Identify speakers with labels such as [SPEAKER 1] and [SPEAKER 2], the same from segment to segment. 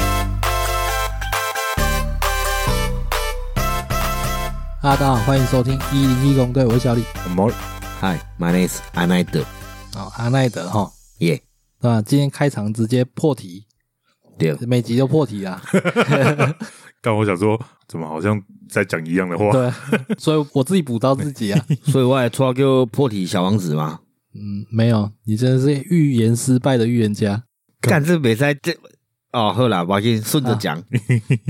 [SPEAKER 1] 哈，啊大家好，欢迎收听一零一公队，我是小李。
[SPEAKER 2] More. Hi, my name is Anaido.
[SPEAKER 1] 好，哦阿奈德哈，
[SPEAKER 2] Yeah，
[SPEAKER 1] 那今天开场直接破题，
[SPEAKER 2] 对，
[SPEAKER 1] 每集都破题啊啦。
[SPEAKER 3] 但我想说，怎么好像在讲一样的话？
[SPEAKER 1] 对，所以我自己补到自己啊。
[SPEAKER 2] 所以我也出叫破题小王子嘛。
[SPEAKER 1] 嗯，没有，你真的是预言失败的预言家。
[SPEAKER 2] 干这没在这哦，好啦，我先顺着
[SPEAKER 1] 啊
[SPEAKER 2] 讲。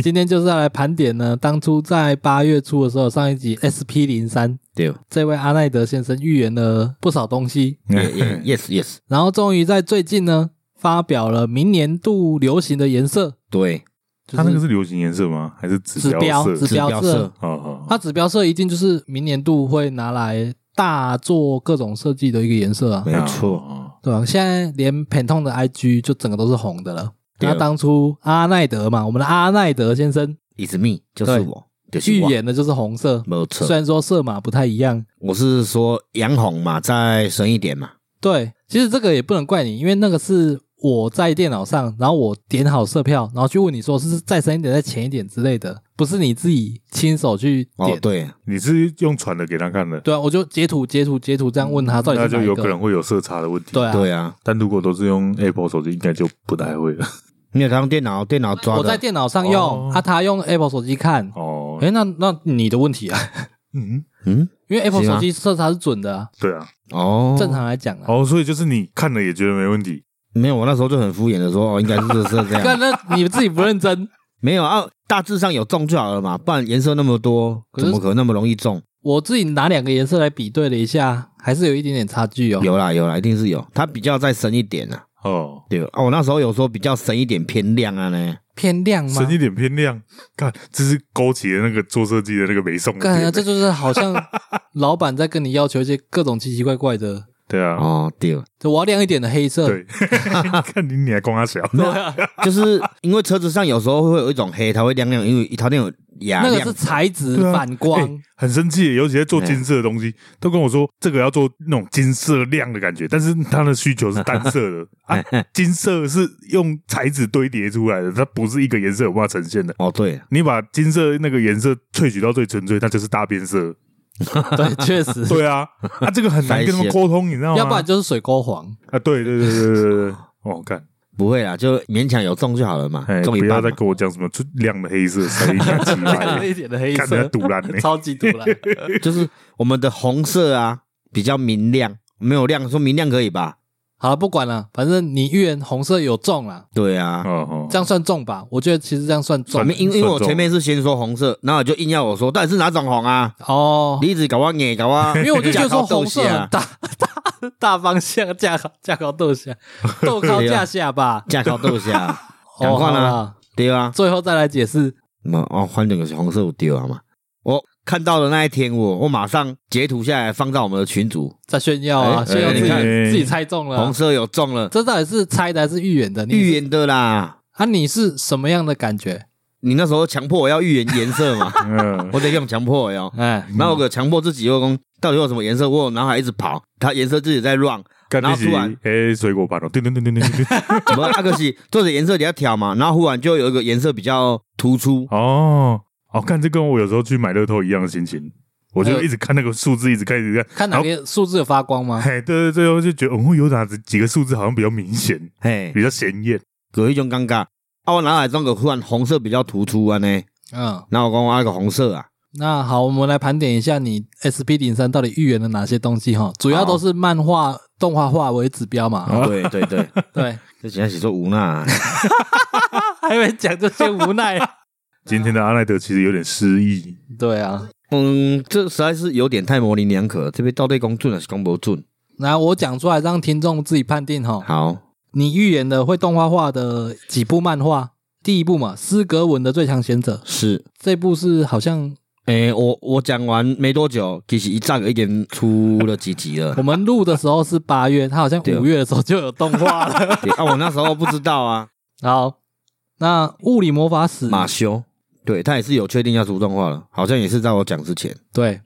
[SPEAKER 1] 今天就是要来盘点呢，当初在八月初的时候，上一集 SP 零三
[SPEAKER 2] 对
[SPEAKER 1] 这位阿奈德先生预言了不少东西，
[SPEAKER 2] ，Yeah, yeah,，Yes, Yes，
[SPEAKER 1] 然后终于在最近呢发表了明年度流行的颜色，
[SPEAKER 2] 对，
[SPEAKER 1] 就
[SPEAKER 3] 它那个
[SPEAKER 1] 是
[SPEAKER 3] 是流行颜色吗？还是指
[SPEAKER 1] 指标
[SPEAKER 3] 标色？
[SPEAKER 1] 指标啊色
[SPEAKER 2] 色，
[SPEAKER 3] 哦哦，哦
[SPEAKER 1] 它指标色一定就是明年度会拿来大做各种设计的一个颜色啊，
[SPEAKER 2] 没错，
[SPEAKER 3] 哦
[SPEAKER 1] 对吧、现在连 Pantone 的 IG 就整个都是红的了。
[SPEAKER 2] 对
[SPEAKER 1] 那当初阿奈德嘛，我们的阿奈德先生
[SPEAKER 2] It's me，就是我，就是嗯
[SPEAKER 1] 预
[SPEAKER 2] 我，
[SPEAKER 1] 言的就是红色，
[SPEAKER 2] 没错
[SPEAKER 1] 虽。然说色码不太一样。
[SPEAKER 2] 我是说杨红嘛，再深一点嘛。
[SPEAKER 1] 对，其实这个也不能怪你，因为那个是我在电脑上，然后我点好色票，然后去问你说是再深一点、再浅一点之类的，不是你自己亲手去点。啊
[SPEAKER 2] 哦，对，
[SPEAKER 3] 你是用传的给他看的，
[SPEAKER 1] 对啊，我就截图、截图、截图这样问他到底
[SPEAKER 3] 嗯那
[SPEAKER 1] 是
[SPEAKER 3] 就
[SPEAKER 1] 哪一
[SPEAKER 3] 有可
[SPEAKER 1] 个
[SPEAKER 3] 能。会有色差的问题。
[SPEAKER 1] 对啊，
[SPEAKER 2] 对啊，
[SPEAKER 3] 但如果都是用 Apple 手机，应该就不太会了。
[SPEAKER 2] 因为他用电脑，电脑抓
[SPEAKER 1] 我在
[SPEAKER 2] 的。
[SPEAKER 1] 电脑上用，
[SPEAKER 3] 哦
[SPEAKER 1] 啊，他用 Apple 手机看。
[SPEAKER 3] 哦，
[SPEAKER 1] 诶，那那你的问题啊，
[SPEAKER 3] 嗯，
[SPEAKER 2] 嗯，
[SPEAKER 1] 因为 Apple
[SPEAKER 2] 是吗
[SPEAKER 1] 手机色差是准的啊，
[SPEAKER 3] 对啊，
[SPEAKER 2] 哦，
[SPEAKER 1] 正。常来讲啊。
[SPEAKER 3] 哦，所以就是你看了也觉得没问题，
[SPEAKER 2] 没有，我那时候就很敷衍的说，哦，应该是这是 这
[SPEAKER 1] 但
[SPEAKER 2] 样。
[SPEAKER 1] 那你自己不认真，
[SPEAKER 2] 没有啊，大致上有中就好了嘛，不然颜色那么多，
[SPEAKER 1] 可
[SPEAKER 2] 怎
[SPEAKER 1] 是
[SPEAKER 2] 么可能那么容易中？
[SPEAKER 1] 我自己拿两个颜色来比对了一下，还是有一点点差距哦。
[SPEAKER 2] 有啦有啦，一定是有。它比较再深一点啊，
[SPEAKER 3] 哦，
[SPEAKER 2] 对啊，我那时候有说比较深一点偏亮啊呢，
[SPEAKER 1] 偏亮吗？
[SPEAKER 3] 深一点偏亮，看这是勾起了那个做设计的那个美颂的
[SPEAKER 1] 感觉
[SPEAKER 3] 点
[SPEAKER 1] 啊这
[SPEAKER 3] 欸。
[SPEAKER 1] 就是好 像老板在跟你要求一些各种奇奇怪怪的，
[SPEAKER 3] 对啊，
[SPEAKER 2] 哦对，
[SPEAKER 1] 就我要亮一点的黑色。
[SPEAKER 3] 对， 看你你还光他小，
[SPEAKER 1] 啊
[SPEAKER 2] 就是因为车子上有时候会有一种黑，它会亮亮，因为它那种哑
[SPEAKER 1] 那
[SPEAKER 2] 亮，
[SPEAKER 1] 个是材质
[SPEAKER 3] 对啊
[SPEAKER 1] 反光啊
[SPEAKER 3] 欸，很生气耶，尤其在做金色的东西，都跟我说这个要做那种金色亮的感觉，但是它的需求是单 色的啊，金色是用材质堆叠出来的，它不是一个颜色有办法呈现的。
[SPEAKER 2] 哦对，
[SPEAKER 3] 你把金色那个颜色萃取到最纯粹，它就是大变 色。
[SPEAKER 1] 对，确实，
[SPEAKER 3] 对啊，啊，这个很难跟他们沟通，你知道吗？
[SPEAKER 1] 要不然就是水沟 黄。
[SPEAKER 3] 啊，对对对对对对，对 哦，看，
[SPEAKER 2] 不会啦，就勉强有中就好了嘛
[SPEAKER 3] 哎，，
[SPEAKER 2] 中
[SPEAKER 3] 不
[SPEAKER 2] 一
[SPEAKER 3] 要
[SPEAKER 2] 半
[SPEAKER 3] 再
[SPEAKER 2] 嘛。
[SPEAKER 3] 跟我讲什么出亮的 黑色，谁敢起
[SPEAKER 1] 亮
[SPEAKER 3] 来？
[SPEAKER 1] 一点的黑
[SPEAKER 3] 看人
[SPEAKER 1] 色，
[SPEAKER 3] 家堵烂 呢。
[SPEAKER 1] 超级毒了。
[SPEAKER 2] 就是我们的红色啊比较明亮，没有亮说明亮可以吧？
[SPEAKER 1] 好了，不管了，反正你预言红色有中了，
[SPEAKER 2] 对啊，
[SPEAKER 3] 哦
[SPEAKER 1] 这样算中吧？我觉得其实这样算中
[SPEAKER 3] 算
[SPEAKER 2] 没因因为我
[SPEAKER 3] 算中
[SPEAKER 2] 前面是先说红色，然后你就硬要我说到底是哪种红啊？
[SPEAKER 1] 哦，
[SPEAKER 2] 你一直搞我眼搞我，
[SPEAKER 1] 因为我就觉得说红色
[SPEAKER 2] 假高
[SPEAKER 1] 很
[SPEAKER 2] 斗。
[SPEAKER 1] 大大大方向，架高架高斗下，斗高架下吧
[SPEAKER 2] 下，架高斗下，
[SPEAKER 1] 哦，
[SPEAKER 2] 赶
[SPEAKER 1] 好
[SPEAKER 2] 快啦
[SPEAKER 1] 啦，
[SPEAKER 2] 对啊，
[SPEAKER 1] 最后再来解释。
[SPEAKER 2] 嘛哦，反正就是红色有丢啊嘛。我看到的那一天，我我马上截图下来放到我们的群组，
[SPEAKER 1] 在炫耀啊，
[SPEAKER 2] 哎
[SPEAKER 1] 炫耀自
[SPEAKER 2] 哎你
[SPEAKER 1] 己、
[SPEAKER 3] 看，
[SPEAKER 1] 自己猜中了啊、
[SPEAKER 2] 红色有中了，
[SPEAKER 1] 这到底是猜的还是预言的？你
[SPEAKER 2] 预言的啦。
[SPEAKER 1] 啊，你是什么样的感觉？
[SPEAKER 2] 你那时候强迫我要预言颜色嘛
[SPEAKER 3] 嗯，
[SPEAKER 2] 我得用强迫哟。
[SPEAKER 1] 哎，
[SPEAKER 2] 然后我强迫自己又讲到底有什么颜色，我脑海一直跑，它颜色自己在 run，
[SPEAKER 3] 干
[SPEAKER 2] 然
[SPEAKER 3] 那
[SPEAKER 2] 后突
[SPEAKER 3] 些
[SPEAKER 2] 然
[SPEAKER 3] 哎水果盘哦，叮叮叮叮叮叮叮，
[SPEAKER 2] 怎么那个是做着颜色你要挑嘛，然后忽然就有一个颜色比较突出，
[SPEAKER 3] 哦，哦，看这跟我有时候去买乐透一样的心情，我就一直看那个数字，一直看，一直
[SPEAKER 1] 看
[SPEAKER 3] 看，
[SPEAKER 1] 哪个数字有发光吗？
[SPEAKER 3] 嘿，对对，最后就觉得，哦，有哪几个数字好像比较明显，
[SPEAKER 2] 嘿，
[SPEAKER 3] 比较显眼，
[SPEAKER 2] 有一种尴尬。啊，我脑海中有忽然红色比较突出啊呢，
[SPEAKER 1] 嗯，
[SPEAKER 2] 然后我讲我那个红色啊，
[SPEAKER 1] 那好，我们来盘点一下你 SP 零三到底预言了哪些东西哈，主要都是漫画、动画化为指标嘛。
[SPEAKER 3] 啊
[SPEAKER 2] 对对对，
[SPEAKER 1] 对，
[SPEAKER 2] 这简直是说无奈啊。
[SPEAKER 1] 还没讲这些无奈。
[SPEAKER 3] 今天的阿奈德其实有点失忆，
[SPEAKER 1] 对啊，
[SPEAKER 2] 嗯，这实在是有点太模棱两可了。这边到底公准还是公不准？
[SPEAKER 1] 那我讲出来让听众自己判定哈。
[SPEAKER 2] 好，
[SPEAKER 1] 你预言的会动画化的几部漫画，第一部嘛，斯格文的《最强贤者》，
[SPEAKER 2] 是，
[SPEAKER 1] 这部是好像
[SPEAKER 2] 诶、我我讲完没多久，其实一炸个已经出了几集 了
[SPEAKER 1] 我。们录的时候是八 月，它好像
[SPEAKER 2] 对
[SPEAKER 1] 五月的时候就有动画 了。
[SPEAKER 2] 对啊，我那时候不知道啊。
[SPEAKER 1] 好，那物理魔法史
[SPEAKER 2] 马修，对他也是有确定要出动画了，好像也是在我讲之前。
[SPEAKER 1] 对，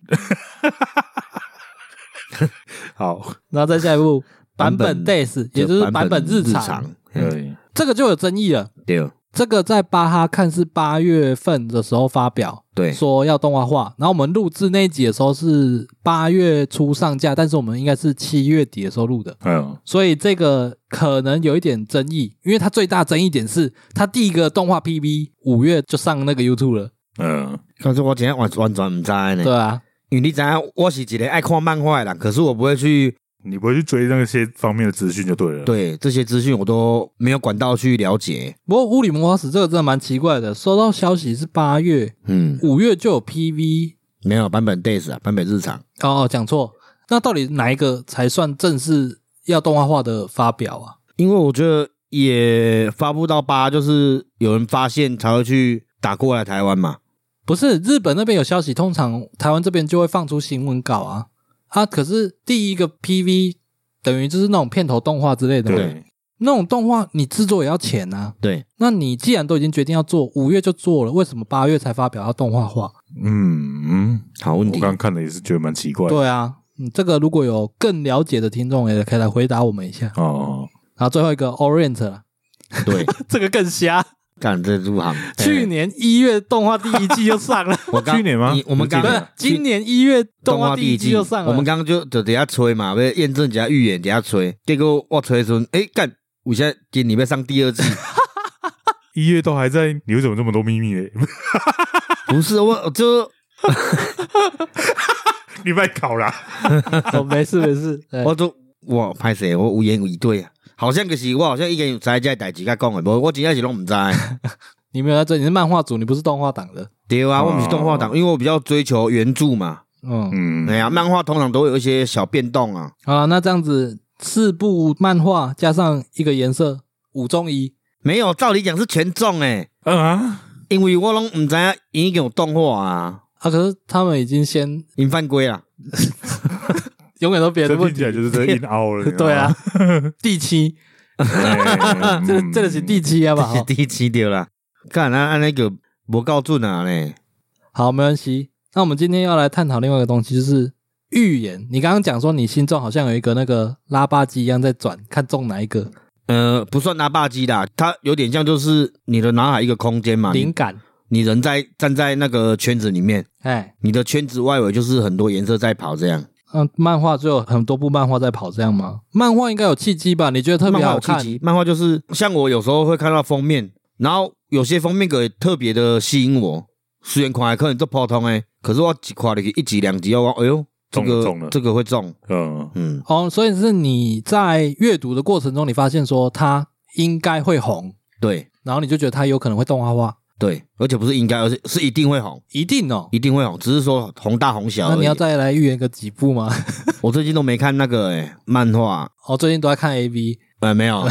[SPEAKER 3] 好，
[SPEAKER 1] 那再下一部版
[SPEAKER 2] 版
[SPEAKER 1] 本
[SPEAKER 2] 本
[SPEAKER 1] days，也就是版本日常，
[SPEAKER 2] 嗯
[SPEAKER 3] 对，
[SPEAKER 1] 这个就有争议了。
[SPEAKER 2] 对，
[SPEAKER 1] 这个在巴哈看是八月份的时候发表，
[SPEAKER 2] 对，
[SPEAKER 1] 说要动画化。然后我们录制那一集的时候是八月初上架，但是我们应该是七月底的时候录的，
[SPEAKER 3] 哎呦，
[SPEAKER 1] 所以这个可能有一点争议，因为它最大争议点是它第一个动画 PV 五月就上那个 YouTube 了，
[SPEAKER 3] 嗯，
[SPEAKER 2] 可是我今天完完全唔知道呢
[SPEAKER 1] 对，啊，
[SPEAKER 2] 因为你知道我是一个爱看漫画的人，可是我不会去
[SPEAKER 3] 你不会去追那些方面的资讯就对了。，
[SPEAKER 2] 对这些资讯我都没有管道去了解，
[SPEAKER 1] 不过《物理魔法使》这个真的蛮奇怪的，收到消息是八月，
[SPEAKER 2] 嗯，
[SPEAKER 1] 五月就有 PV
[SPEAKER 2] 没有版本 days 啊，版本日常，
[SPEAKER 1] 哦，讲错。那到底哪一个才算正式要动画化的发表啊？
[SPEAKER 2] 因为我觉得也发布到八，就是有人发现才会去打过来台湾嘛，
[SPEAKER 1] 不是日本那边有消息，通常台湾这边就会放出新闻稿啊啊！可是第一个 PV 等于就是那种片头动画之类的嘛，
[SPEAKER 3] 对，
[SPEAKER 1] 那种动画你制作也要钱啊。
[SPEAKER 2] 对，
[SPEAKER 1] 那你既然都已经决定要做，五月就做了，为什么八月才发表要动画化？
[SPEAKER 3] 嗯嗯，
[SPEAKER 2] 好问
[SPEAKER 3] 我
[SPEAKER 2] 题
[SPEAKER 3] 刚，刚看的也是觉得蛮奇怪的。
[SPEAKER 1] 对啊，嗯，这个如果有更了解的听众，也可以来回答我们一下。
[SPEAKER 3] 哦，
[SPEAKER 1] 然后最后一个 Orient，啦
[SPEAKER 2] 对，
[SPEAKER 1] 这个更瞎，
[SPEAKER 2] 干这入 行，哎
[SPEAKER 1] 去年一月动画第一季就上 了，
[SPEAKER 2] 我刚
[SPEAKER 3] 去年吗
[SPEAKER 2] 你我们刚
[SPEAKER 1] 不是 今年一月动画第一季就上了。
[SPEAKER 2] 我们刚刚就就底下吹嘛，要验证底下预言底下吹，结果我吹的时候，哎、干，我现在今年要上第二 季，
[SPEAKER 3] 一月都还在，你为什么这么多秘密 嘞？
[SPEAKER 2] 不是我 就
[SPEAKER 3] 你别考啦，
[SPEAKER 1] 哦， 没事 没事，对
[SPEAKER 2] 我就我拍谁，我无言以对啊，好像就是我好像已经有知这代志甲讲的，无我真正是拢唔知道。
[SPEAKER 1] 你没有在追，你是漫画组，你不是动画党的。
[SPEAKER 2] 对啊，我不是动画党，因为我比较追求原著嘛。
[SPEAKER 1] 嗯，
[SPEAKER 3] 嗯，
[SPEAKER 2] 哎呀，漫画通常都会有一些小变动啊。
[SPEAKER 1] 好了，那这样子四部漫画加上一个颜色五中一，
[SPEAKER 2] 没有，照理讲是全中诶、
[SPEAKER 3] 嗯啊，
[SPEAKER 2] 因为我拢唔知影已经有动画啊，
[SPEAKER 1] 啊，可是他们已经先
[SPEAKER 2] 因犯规啦。
[SPEAKER 1] 永远都别
[SPEAKER 3] 这
[SPEAKER 1] 人的
[SPEAKER 3] 听
[SPEAKER 1] 问
[SPEAKER 3] 起
[SPEAKER 1] 题
[SPEAKER 3] 来。就是真的硬凹了。你知道吗
[SPEAKER 1] 对啊，，第七，
[SPEAKER 3] 哎
[SPEAKER 1] 这这个是第七 啊吧？
[SPEAKER 2] 这是
[SPEAKER 1] 好
[SPEAKER 2] 第七掉啦，干那安那个无够准啊嘞。
[SPEAKER 1] 好，没关系。那我们今天要来探讨另外一个东西，就是预言。你刚刚讲说你心中好像有一个那个拉巴机一样在转，看中哪一个
[SPEAKER 2] 呃，不算拉霸机啦，它有点像就是你的脑海一个空间嘛，
[SPEAKER 1] 灵
[SPEAKER 2] 啊你
[SPEAKER 1] 感。
[SPEAKER 2] 你人在站在那个圈子里面，
[SPEAKER 1] 哎，
[SPEAKER 2] 你的圈子外围就是很多颜色在跑这样。
[SPEAKER 1] 嗯，漫画就有很多部漫画在跑这样吗？漫画应该有契机吧？你觉得特
[SPEAKER 2] 漫
[SPEAKER 1] 别
[SPEAKER 2] 画
[SPEAKER 1] 好
[SPEAKER 2] 有契
[SPEAKER 1] 看？
[SPEAKER 2] 机，漫画就是像我有时候会看到封面，然后有些封面个特别的吸引我，虽然看来可能都普通诶，可是我一看去一集两集，我讲哎呦，这
[SPEAKER 3] 中了中
[SPEAKER 2] 个
[SPEAKER 3] 了
[SPEAKER 2] 这个会中，
[SPEAKER 3] 嗯，
[SPEAKER 2] 嗯，
[SPEAKER 1] 哦，所以是你在阅读的过程中，你发现说它应该会红，
[SPEAKER 2] 对
[SPEAKER 1] 然后你就觉得它有可能会动画化，
[SPEAKER 2] 对，而且不是应该，而是是一定会红，
[SPEAKER 1] 一定哦。
[SPEAKER 2] 一定会红，只是说红大红小而已。
[SPEAKER 1] 那你要再来预言个几部吗？
[SPEAKER 2] 我最近都没看那个诶、漫画，
[SPEAKER 1] 哦，最近都在看 A V
[SPEAKER 2] 呃，没 有，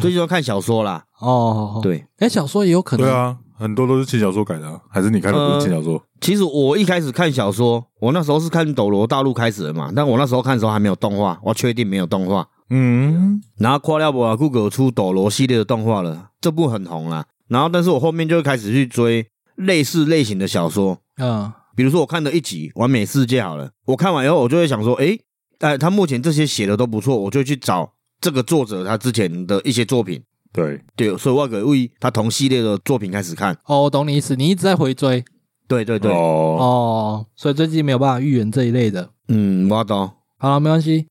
[SPEAKER 2] 最近都看小说啦。
[SPEAKER 1] 哦。，
[SPEAKER 2] 对，
[SPEAKER 1] 哎，小说也有可能。呃
[SPEAKER 3] 对啊，很多都是轻小说改的啊，还是你看的不是轻小说？
[SPEAKER 2] 其实我一开始看小说，我那时候是看《斗罗大陆》开始的嘛，但我那时候看的时候还没有动画，我确定没有动画。
[SPEAKER 3] 嗯，
[SPEAKER 2] 然后跨掉我 Google 出斗罗系列的动画了，这部很红啦。然后，但是我后面就开始去追类似类型的小说，
[SPEAKER 1] 嗯，
[SPEAKER 2] 比如说我看了一集《完美世界》好了，我看完以后我就会想说，诶，哎、他目前这些写的都不错，我就去找这个作者他之前的一些作品。
[SPEAKER 3] 对，
[SPEAKER 2] 对，所以我给为他同系列的作品开始看。
[SPEAKER 1] 哦，我懂你意思，你一直在回追。
[SPEAKER 2] 对对对，
[SPEAKER 3] 哦，
[SPEAKER 1] 哦，所以最近没有办法预言这一类的。
[SPEAKER 2] 嗯，我懂。
[SPEAKER 1] 好了，没关系，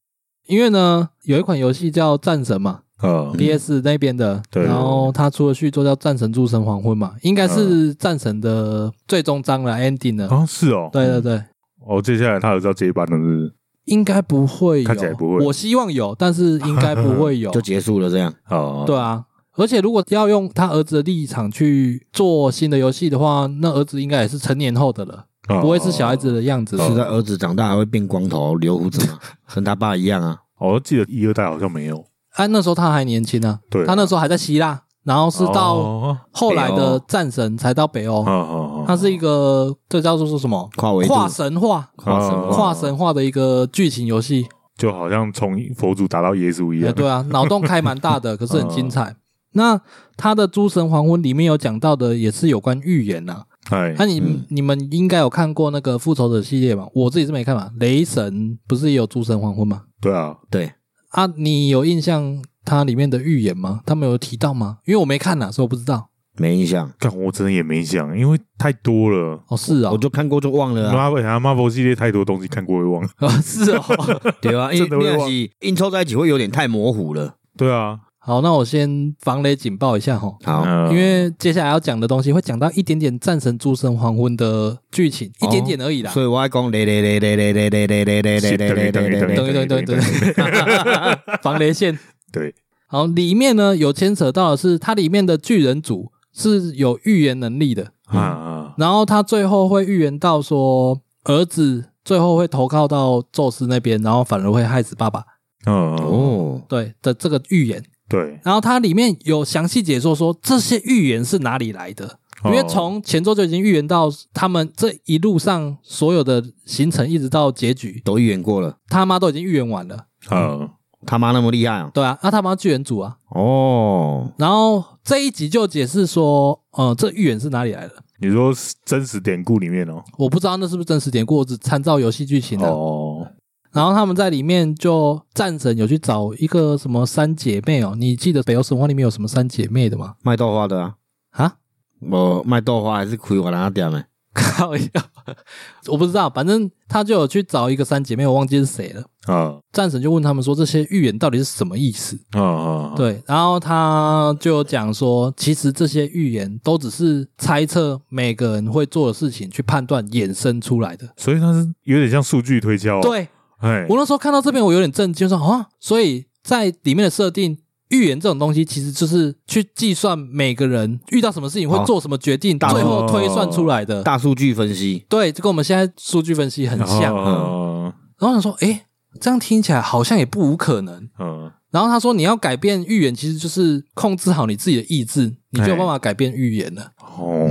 [SPEAKER 1] 因为呢有一款游戏叫《战神》嘛
[SPEAKER 3] 嗯，
[SPEAKER 1] ，PS 那边的，
[SPEAKER 3] 对
[SPEAKER 1] 然后它出了续作叫《战神：诸神黄昏》嘛，应该
[SPEAKER 3] 嗯
[SPEAKER 1] 是《战神》的最终章了，ending 了。
[SPEAKER 3] 啊，是哦，
[SPEAKER 1] 嗯对对对，
[SPEAKER 3] 哦，接下来他有要接班了，是不是？
[SPEAKER 1] 应该不会有，
[SPEAKER 3] 看起来不会
[SPEAKER 1] 我希望有，但是应该不会 有
[SPEAKER 2] 就。结束了这样。
[SPEAKER 3] 哦，
[SPEAKER 1] 对啊。而且，如果要用他儿子的立场去做新的游戏的话，那儿子应该也是成年后的了，
[SPEAKER 3] 哦，
[SPEAKER 1] 不会是小孩子的样子了。
[SPEAKER 2] 是他儿子长大还会变光头、留胡子 嘛，跟他爸一样啊。
[SPEAKER 3] 哦。我记得一二代好像没有，
[SPEAKER 1] 啊，那时候他还年轻啊，
[SPEAKER 3] 对啊
[SPEAKER 1] 他那时候还在希腊，然后是到
[SPEAKER 3] 哦
[SPEAKER 1] 后来的战神才到北欧
[SPEAKER 3] 哦，哦，
[SPEAKER 1] 它是一个这叫做是什么？
[SPEAKER 2] 跨维度，
[SPEAKER 1] 跨神话，
[SPEAKER 2] 跨神
[SPEAKER 3] 哦
[SPEAKER 2] 话
[SPEAKER 1] 跨神话的一个剧情游戏。
[SPEAKER 3] 就好像从佛祖打到耶稣一
[SPEAKER 1] 哎，
[SPEAKER 3] 样，
[SPEAKER 1] 对啊，脑洞开蛮大 的，可是很精
[SPEAKER 2] 嗯
[SPEAKER 1] 彩。那他的《诸神黄昏》里面有讲到的，也是有关预言啊。
[SPEAKER 3] 哎，
[SPEAKER 1] 那你
[SPEAKER 2] 嗯
[SPEAKER 1] 你们应该有看过那个复仇者系列吧？我自己是没看嘛。雷神不是也有《诸神黄昏》吗？
[SPEAKER 3] 对啊，
[SPEAKER 2] 对，
[SPEAKER 1] 啊，你有印象它里面的预言吗？他们有提到吗？因为我没看呐，所以我不知道。
[SPEAKER 2] 没印象，
[SPEAKER 3] 干我真的也没想，因为太多了。
[SPEAKER 1] 哦，是
[SPEAKER 2] 我
[SPEAKER 1] 哦，
[SPEAKER 2] 就看过就忘了啊。
[SPEAKER 3] Marvel 啊 Marvel 系列太多东西看过会忘。
[SPEAKER 1] 哦是 哦。
[SPEAKER 2] 对啊，因为
[SPEAKER 3] 真的会
[SPEAKER 2] 那
[SPEAKER 3] 忘
[SPEAKER 2] 是硬凑在一起会有点太模糊了。
[SPEAKER 3] 对啊，
[SPEAKER 1] 好，那我先防雷警报一下哈，
[SPEAKER 2] 好，
[SPEAKER 3] 呃
[SPEAKER 1] 因为接下来要讲的东西会讲到一点点《战神：诸神黄昏》的剧情，一点点而已啦。
[SPEAKER 2] 所以我爱讲嘞嘞嘞嘞嘞嘞嘞嘞嘞嘞嘞嘞嘞嘞嘞嘞嘞。
[SPEAKER 1] 等一等等一等， 防雷线。
[SPEAKER 3] 对，
[SPEAKER 1] 好，里面呢有牵扯到的是它里面的巨人组是有预言能力的，
[SPEAKER 3] 啊啊，
[SPEAKER 1] 然后他最后会预言到说儿子最后会投靠到宙斯那边，然后反而会害死爸爸。嗯
[SPEAKER 3] 哦，
[SPEAKER 2] 哦，
[SPEAKER 1] 对的这个预言，
[SPEAKER 3] 对，
[SPEAKER 1] 然后它里面有详细解说说这些预言是哪里来的，因为
[SPEAKER 3] 哦
[SPEAKER 1] 从前作就已经预言到他们这一路上所有的行程一直到结局，
[SPEAKER 2] 都预言过了，
[SPEAKER 1] 他妈都已经预言完了，
[SPEAKER 3] 啊，
[SPEAKER 2] 他妈那么厉害啊！
[SPEAKER 1] 对啊，那他妈巨人组啊，
[SPEAKER 2] 哦，
[SPEAKER 1] 然后这一集就解释说，呃，这预言是哪里来的？
[SPEAKER 3] 你说真实典故里面哦，
[SPEAKER 1] 我不知道那是不是真实典故，我只参照游戏剧情的、
[SPEAKER 3] 哦，
[SPEAKER 1] 然后他们在里面就战神有去找一个什么三姐妹哦，你记得北欧神话里面有什么三姐妹的吗？
[SPEAKER 2] 卖豆花的啊，
[SPEAKER 1] 啊，
[SPEAKER 2] 无卖豆花还是开我哪点的？
[SPEAKER 1] 靠呀，我不知道，反正他就有去找一个三姐妹，我忘记是谁了。
[SPEAKER 3] 啊
[SPEAKER 1] 战神就问他们说这些预言到底是什么意思？
[SPEAKER 3] 啊啊，
[SPEAKER 1] 对，然后他就讲说，其实这些预言都只是猜测每个人会做的事情去判断衍生出来的。
[SPEAKER 3] 所以它是有点像数据推敲，，
[SPEAKER 1] 对
[SPEAKER 3] 哎
[SPEAKER 1] 我，那时候看到这边，我有点震惊，说啊，所以在里面的设定。预言这种东西其实就是去计算每个人遇到什么事情会
[SPEAKER 2] 好
[SPEAKER 1] 做什么决定，最后推算出来的。
[SPEAKER 2] 大数据分析，
[SPEAKER 1] 对，就跟我们现在数据分析很像。
[SPEAKER 3] 嗯
[SPEAKER 1] 然后想说，诶，这样听起来好像也不无可能。
[SPEAKER 3] 嗯，
[SPEAKER 1] 然后他说，你要改变预言，其实就是控制好你自己的意志，你就有办法改变预言了。
[SPEAKER 3] 哦，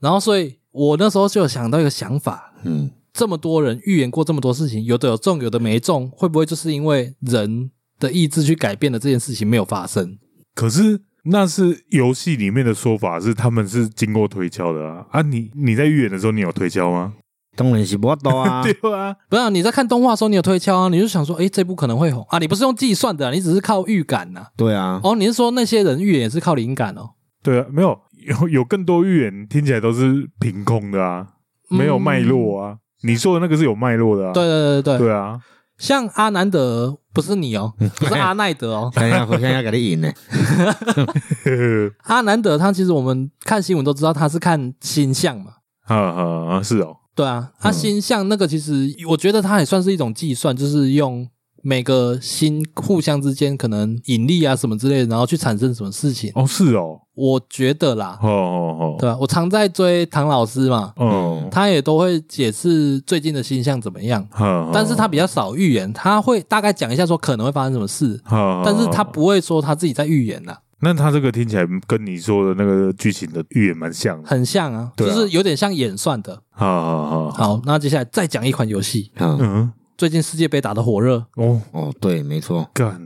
[SPEAKER 1] 然后，所以我那时候就有想到一个想法：
[SPEAKER 2] 嗯，
[SPEAKER 1] 这么多人预言过这么多事情，有的有中，有的没中，会不会就是因为人的意志去改变了这件事情没有发生？
[SPEAKER 3] 可是。那是游戏里面的说法，是他们是经过推敲的啊！啊你，你在预演的时候，你有推敲吗？。
[SPEAKER 2] 当然是不多啊
[SPEAKER 3] 对啊，
[SPEAKER 1] 不然你在看动画的时候，你有推敲啊，你就想说，诶，这部可能会红啊。你不是用计算的啊、你只是靠预感呐、
[SPEAKER 2] 对 啊，，
[SPEAKER 1] 哦，你是说那些人预言也是靠灵感哦？
[SPEAKER 3] 对啊，没有有有更多预言听起来都是凭空的啊，没有脉络啊。你说的那个是有脉络的
[SPEAKER 1] 嗯
[SPEAKER 3] 啊，
[SPEAKER 1] 对对对对
[SPEAKER 3] 对啊，
[SPEAKER 1] 像阿南德不是你哦，不是阿奈德哦
[SPEAKER 2] 看一下，看一下，给你赢呢。
[SPEAKER 3] 呵呵
[SPEAKER 1] 阿南德他其实我们看新闻都知道他是看星象嘛，
[SPEAKER 3] 哈哈，是哦，
[SPEAKER 1] 对啊，他星象那个其实我觉得他也算是一种计算，就是用每个星互相之间可能引力啊什么之类的，然后去产生什么事情，
[SPEAKER 3] 哦是哦，
[SPEAKER 1] 我觉得啦，
[SPEAKER 3] 哦哦
[SPEAKER 1] 对啊，我常在追唐老师嘛，
[SPEAKER 3] 哦，
[SPEAKER 2] 嗯
[SPEAKER 3] 哦，
[SPEAKER 1] 他也都会解释最近的星象怎么样。
[SPEAKER 3] 哈
[SPEAKER 1] 但是他比较少预言，他会大概讲一下说可能会发生什么事，
[SPEAKER 3] 哈，
[SPEAKER 1] 但是他，不会说他自己在预言啊呐、
[SPEAKER 3] 那他这个听起来跟你说的那个剧情的预言蛮像
[SPEAKER 2] 哎
[SPEAKER 3] 的，
[SPEAKER 1] 很像啊，
[SPEAKER 3] 对
[SPEAKER 1] 就
[SPEAKER 3] 啊
[SPEAKER 1] 是有点像演算的。
[SPEAKER 3] 哈哈哈，
[SPEAKER 1] 好，那接下来再讲一款游戏，
[SPEAKER 2] 嗯，
[SPEAKER 3] 嗯，
[SPEAKER 1] 最近世界杯打得火热，
[SPEAKER 3] 哦，
[SPEAKER 2] 哦，对，没错，
[SPEAKER 3] 干，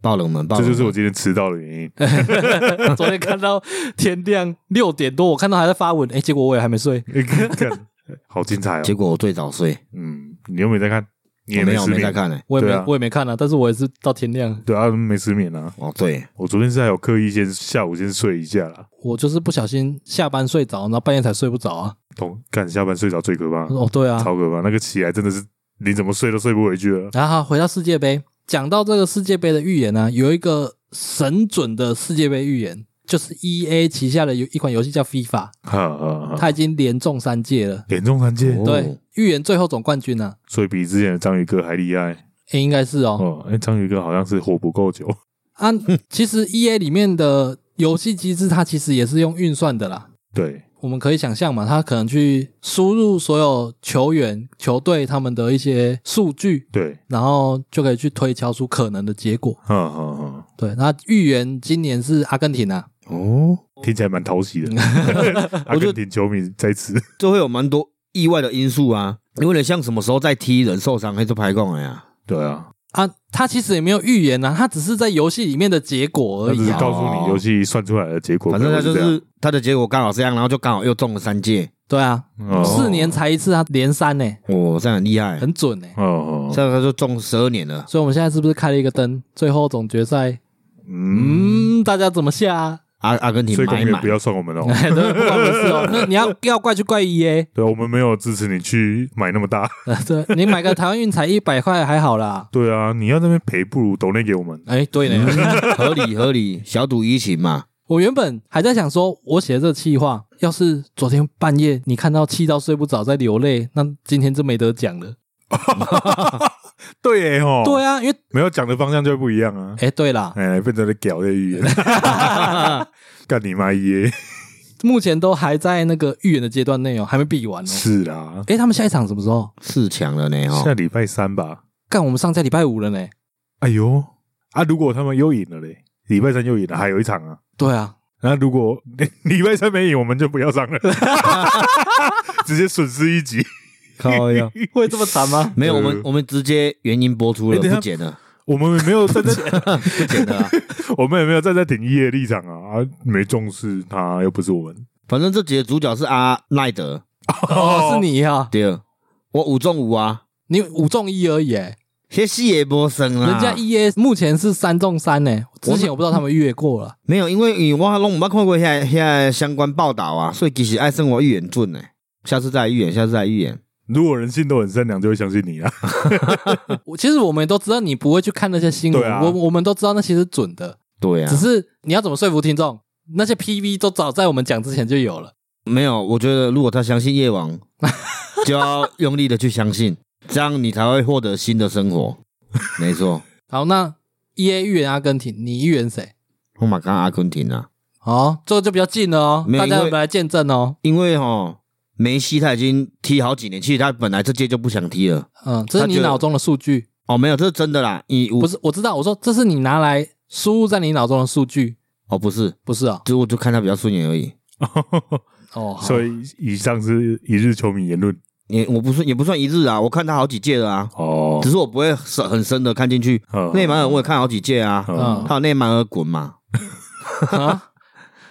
[SPEAKER 2] 爆冷门，爆
[SPEAKER 3] 这
[SPEAKER 2] 冷门，
[SPEAKER 3] 就是我今天迟到的原因，
[SPEAKER 2] 哎
[SPEAKER 1] 昨天看到天亮六点多，我看到还在发文，哎、结果我也还没睡。
[SPEAKER 3] 哎干， 好精彩
[SPEAKER 2] 结
[SPEAKER 3] 哦，
[SPEAKER 2] 果我最早睡，
[SPEAKER 3] 嗯，你又没在看，你也
[SPEAKER 2] 我没有
[SPEAKER 3] 失
[SPEAKER 2] 没在
[SPEAKER 3] 眠，
[SPEAKER 2] 看呢。
[SPEAKER 1] 我也没、
[SPEAKER 3] 对啊
[SPEAKER 1] 我也没看啊，但是我也是到天亮，
[SPEAKER 3] 对啊，没失眠啊，
[SPEAKER 2] 哦，对，
[SPEAKER 3] 我昨天是还有刻意先下午先睡一下啦，
[SPEAKER 1] 我就是不小心下班睡着，然后半夜才睡不着啊。
[SPEAKER 3] 懂？干下班睡着最可怕，
[SPEAKER 1] 哦，对啊，
[SPEAKER 3] 超可怕，那个起来真的是你怎么睡都睡不回去了。
[SPEAKER 1] 然后回到世界杯，讲到这个世界杯的预言呢、有一个神准的世界杯预言，就是 E A 旗下的有一款游戏叫 FIFA，
[SPEAKER 3] 哈哈哈！
[SPEAKER 1] 它已经连中三届了，
[SPEAKER 3] 连中三届
[SPEAKER 2] 哦，
[SPEAKER 1] 对，预言最后总冠军呢、
[SPEAKER 3] 所以比之前的章鱼哥还厉害
[SPEAKER 1] 诶应该是哦。
[SPEAKER 3] 哦。哎，章鱼哥好像是活不够 久，
[SPEAKER 1] 啊，其实 E A 里面的游戏机制，它其实也是用运算的啦。
[SPEAKER 3] 对，
[SPEAKER 1] 我们可以想象嘛，它可能去输入所有球员、球队他们的一些数据，
[SPEAKER 3] 对，
[SPEAKER 1] 然后就可以去推敲出可能的结果。
[SPEAKER 3] 哈哈哈！
[SPEAKER 1] 对，那预言今年是阿根廷啊，
[SPEAKER 2] 哦，
[SPEAKER 3] 听起来蛮讨喜的。 阿根廷球迷在此，
[SPEAKER 2] 这会有蛮多意外的因素啊，因为像什么时候再踢人受伤，还是排供了呀？
[SPEAKER 3] 对啊，
[SPEAKER 1] 啊，他其实也没有预言啊，他只是在游戏里面的结果
[SPEAKER 3] 他
[SPEAKER 1] 而
[SPEAKER 3] 只
[SPEAKER 1] 已
[SPEAKER 3] 是
[SPEAKER 1] 啊。
[SPEAKER 3] 告诉你游戏算出来的结果，
[SPEAKER 2] 反正
[SPEAKER 3] 可能
[SPEAKER 2] 他就
[SPEAKER 3] 会这样
[SPEAKER 2] 是他的结果刚好这样，然后就刚好又中了三届，
[SPEAKER 1] 对啊，
[SPEAKER 3] 哦
[SPEAKER 1] 四年才一次啊，连三呢、
[SPEAKER 2] 哦，这样很厉害，
[SPEAKER 1] 很准呢、
[SPEAKER 3] 哦，
[SPEAKER 2] 这样他就中十二年了。
[SPEAKER 1] 所以我们现在是不是开了一个灯？最后总决赛，
[SPEAKER 3] 嗯，
[SPEAKER 1] 嗯，大家怎么下、啊？
[SPEAKER 2] 阿阿根廷
[SPEAKER 3] 所以
[SPEAKER 2] 买
[SPEAKER 3] 公
[SPEAKER 2] 一
[SPEAKER 3] 园
[SPEAKER 2] 买
[SPEAKER 3] 不，要算我们 哦。
[SPEAKER 1] 对，不关我们事哦。那你要要怪就怪 E A，
[SPEAKER 3] 对啊，我们没有支持你去买那么 大。
[SPEAKER 1] 对，你买个台湾运才一百块还好啦。
[SPEAKER 3] 对啊，你要那边赔，不如抖内给我们。
[SPEAKER 1] 哎，对呢，
[SPEAKER 2] 合理合理，小赌怡情嘛。
[SPEAKER 1] 我原本还在想说，我写的这气话，要是昨天半夜你看到气到睡不着在流泪，那今天真没得讲了。
[SPEAKER 3] 对耶哦，
[SPEAKER 1] 对啊，因为
[SPEAKER 3] 没有讲的方向就会不一样啊。
[SPEAKER 1] 哎，对啦，
[SPEAKER 3] 哎，变成了屌的语 言，干你妈耶！
[SPEAKER 1] 目前都还在那个预演的阶段内哦，还没比完哦。
[SPEAKER 3] 是啦，
[SPEAKER 1] 哎，他们下一场什么时候？
[SPEAKER 2] 四强了呢
[SPEAKER 3] 下
[SPEAKER 2] 哦，
[SPEAKER 3] 礼拜三吧。
[SPEAKER 1] 干，我们上在礼拜五了 呢。
[SPEAKER 3] 哎呦啊，如果他们又赢了嘞，礼拜三又赢了，还有一场啊。
[SPEAKER 1] 对啊，
[SPEAKER 3] 那如果 礼拜三没赢，我们就不要上了， 直接损失一集。
[SPEAKER 2] 靠呀！
[SPEAKER 1] 会这么惨吗？
[SPEAKER 2] 没有，我们我们直接原因播出了，
[SPEAKER 3] 哎等一下
[SPEAKER 2] 不剪了，
[SPEAKER 3] 我们也没有 站在，
[SPEAKER 2] 不剪了啊。
[SPEAKER 3] 我们也没有站在挺一的立场啊，啊，没重视他，又不是我们。
[SPEAKER 2] 反正这集的主角是阿奈德，
[SPEAKER 1] 哦，是你啊，
[SPEAKER 2] 对，我五中五啊，
[SPEAKER 1] 你五中一而已、欸，
[SPEAKER 2] 那戏也播生
[SPEAKER 3] 啊
[SPEAKER 2] 啊啦。
[SPEAKER 1] 人家 E A 目前是三中三呢、之前我不知道他们越过 了。
[SPEAKER 2] 没有，因为因为我拢唔捌看过遐遐相关报道啊，所以其实爱生活预言准呢。下次再预言，下次再预言。
[SPEAKER 3] 如果人性都很善良，就会相信 你啊。
[SPEAKER 1] 我其实我们都知道你不会去看那些新闻，
[SPEAKER 3] 对啊
[SPEAKER 1] 我我们都知道那些是准的，
[SPEAKER 2] 对啊
[SPEAKER 1] 只，是你要怎么说服听众？那些 P V 都早在我们讲之前就有了。
[SPEAKER 2] 没有，我觉得如果他相信夜王，就要用力的去相信，这样你才会获得新的生活。没错，
[SPEAKER 1] 好，那 E A 预言阿根廷，你预言谁？
[SPEAKER 2] 我马刚阿根廷啊，
[SPEAKER 1] 哦，这个就比较近了哦，
[SPEAKER 2] 没有
[SPEAKER 1] 大家
[SPEAKER 2] 因
[SPEAKER 1] 我
[SPEAKER 2] 为
[SPEAKER 1] 们来见证哦。
[SPEAKER 2] 因为哈梅西他已经踢好几年，其实他本来这届就不想踢了。
[SPEAKER 1] 嗯，这是
[SPEAKER 2] 他嗯
[SPEAKER 1] 你
[SPEAKER 2] 觉得
[SPEAKER 1] 脑中的数据，
[SPEAKER 2] 哦，没有，这是真的啦。一
[SPEAKER 1] 不
[SPEAKER 2] 五
[SPEAKER 1] 是？我知道，我说这是你拿来输入在你脑中的数据，
[SPEAKER 2] 哦，不是，
[SPEAKER 1] 不是哦。
[SPEAKER 2] 就我就看他比较顺眼而已。
[SPEAKER 1] 哦，好
[SPEAKER 3] 所以以上是一日球迷言论
[SPEAKER 2] 也嗯我不算也不算一日啊，我看他好几届了啊，
[SPEAKER 3] 哦
[SPEAKER 2] 只是我不会深很深的看进去。内马尔我也看好几届啊，
[SPEAKER 3] 哦
[SPEAKER 1] 嗯
[SPEAKER 2] 还有内马尔滚嘛，
[SPEAKER 1] 啊。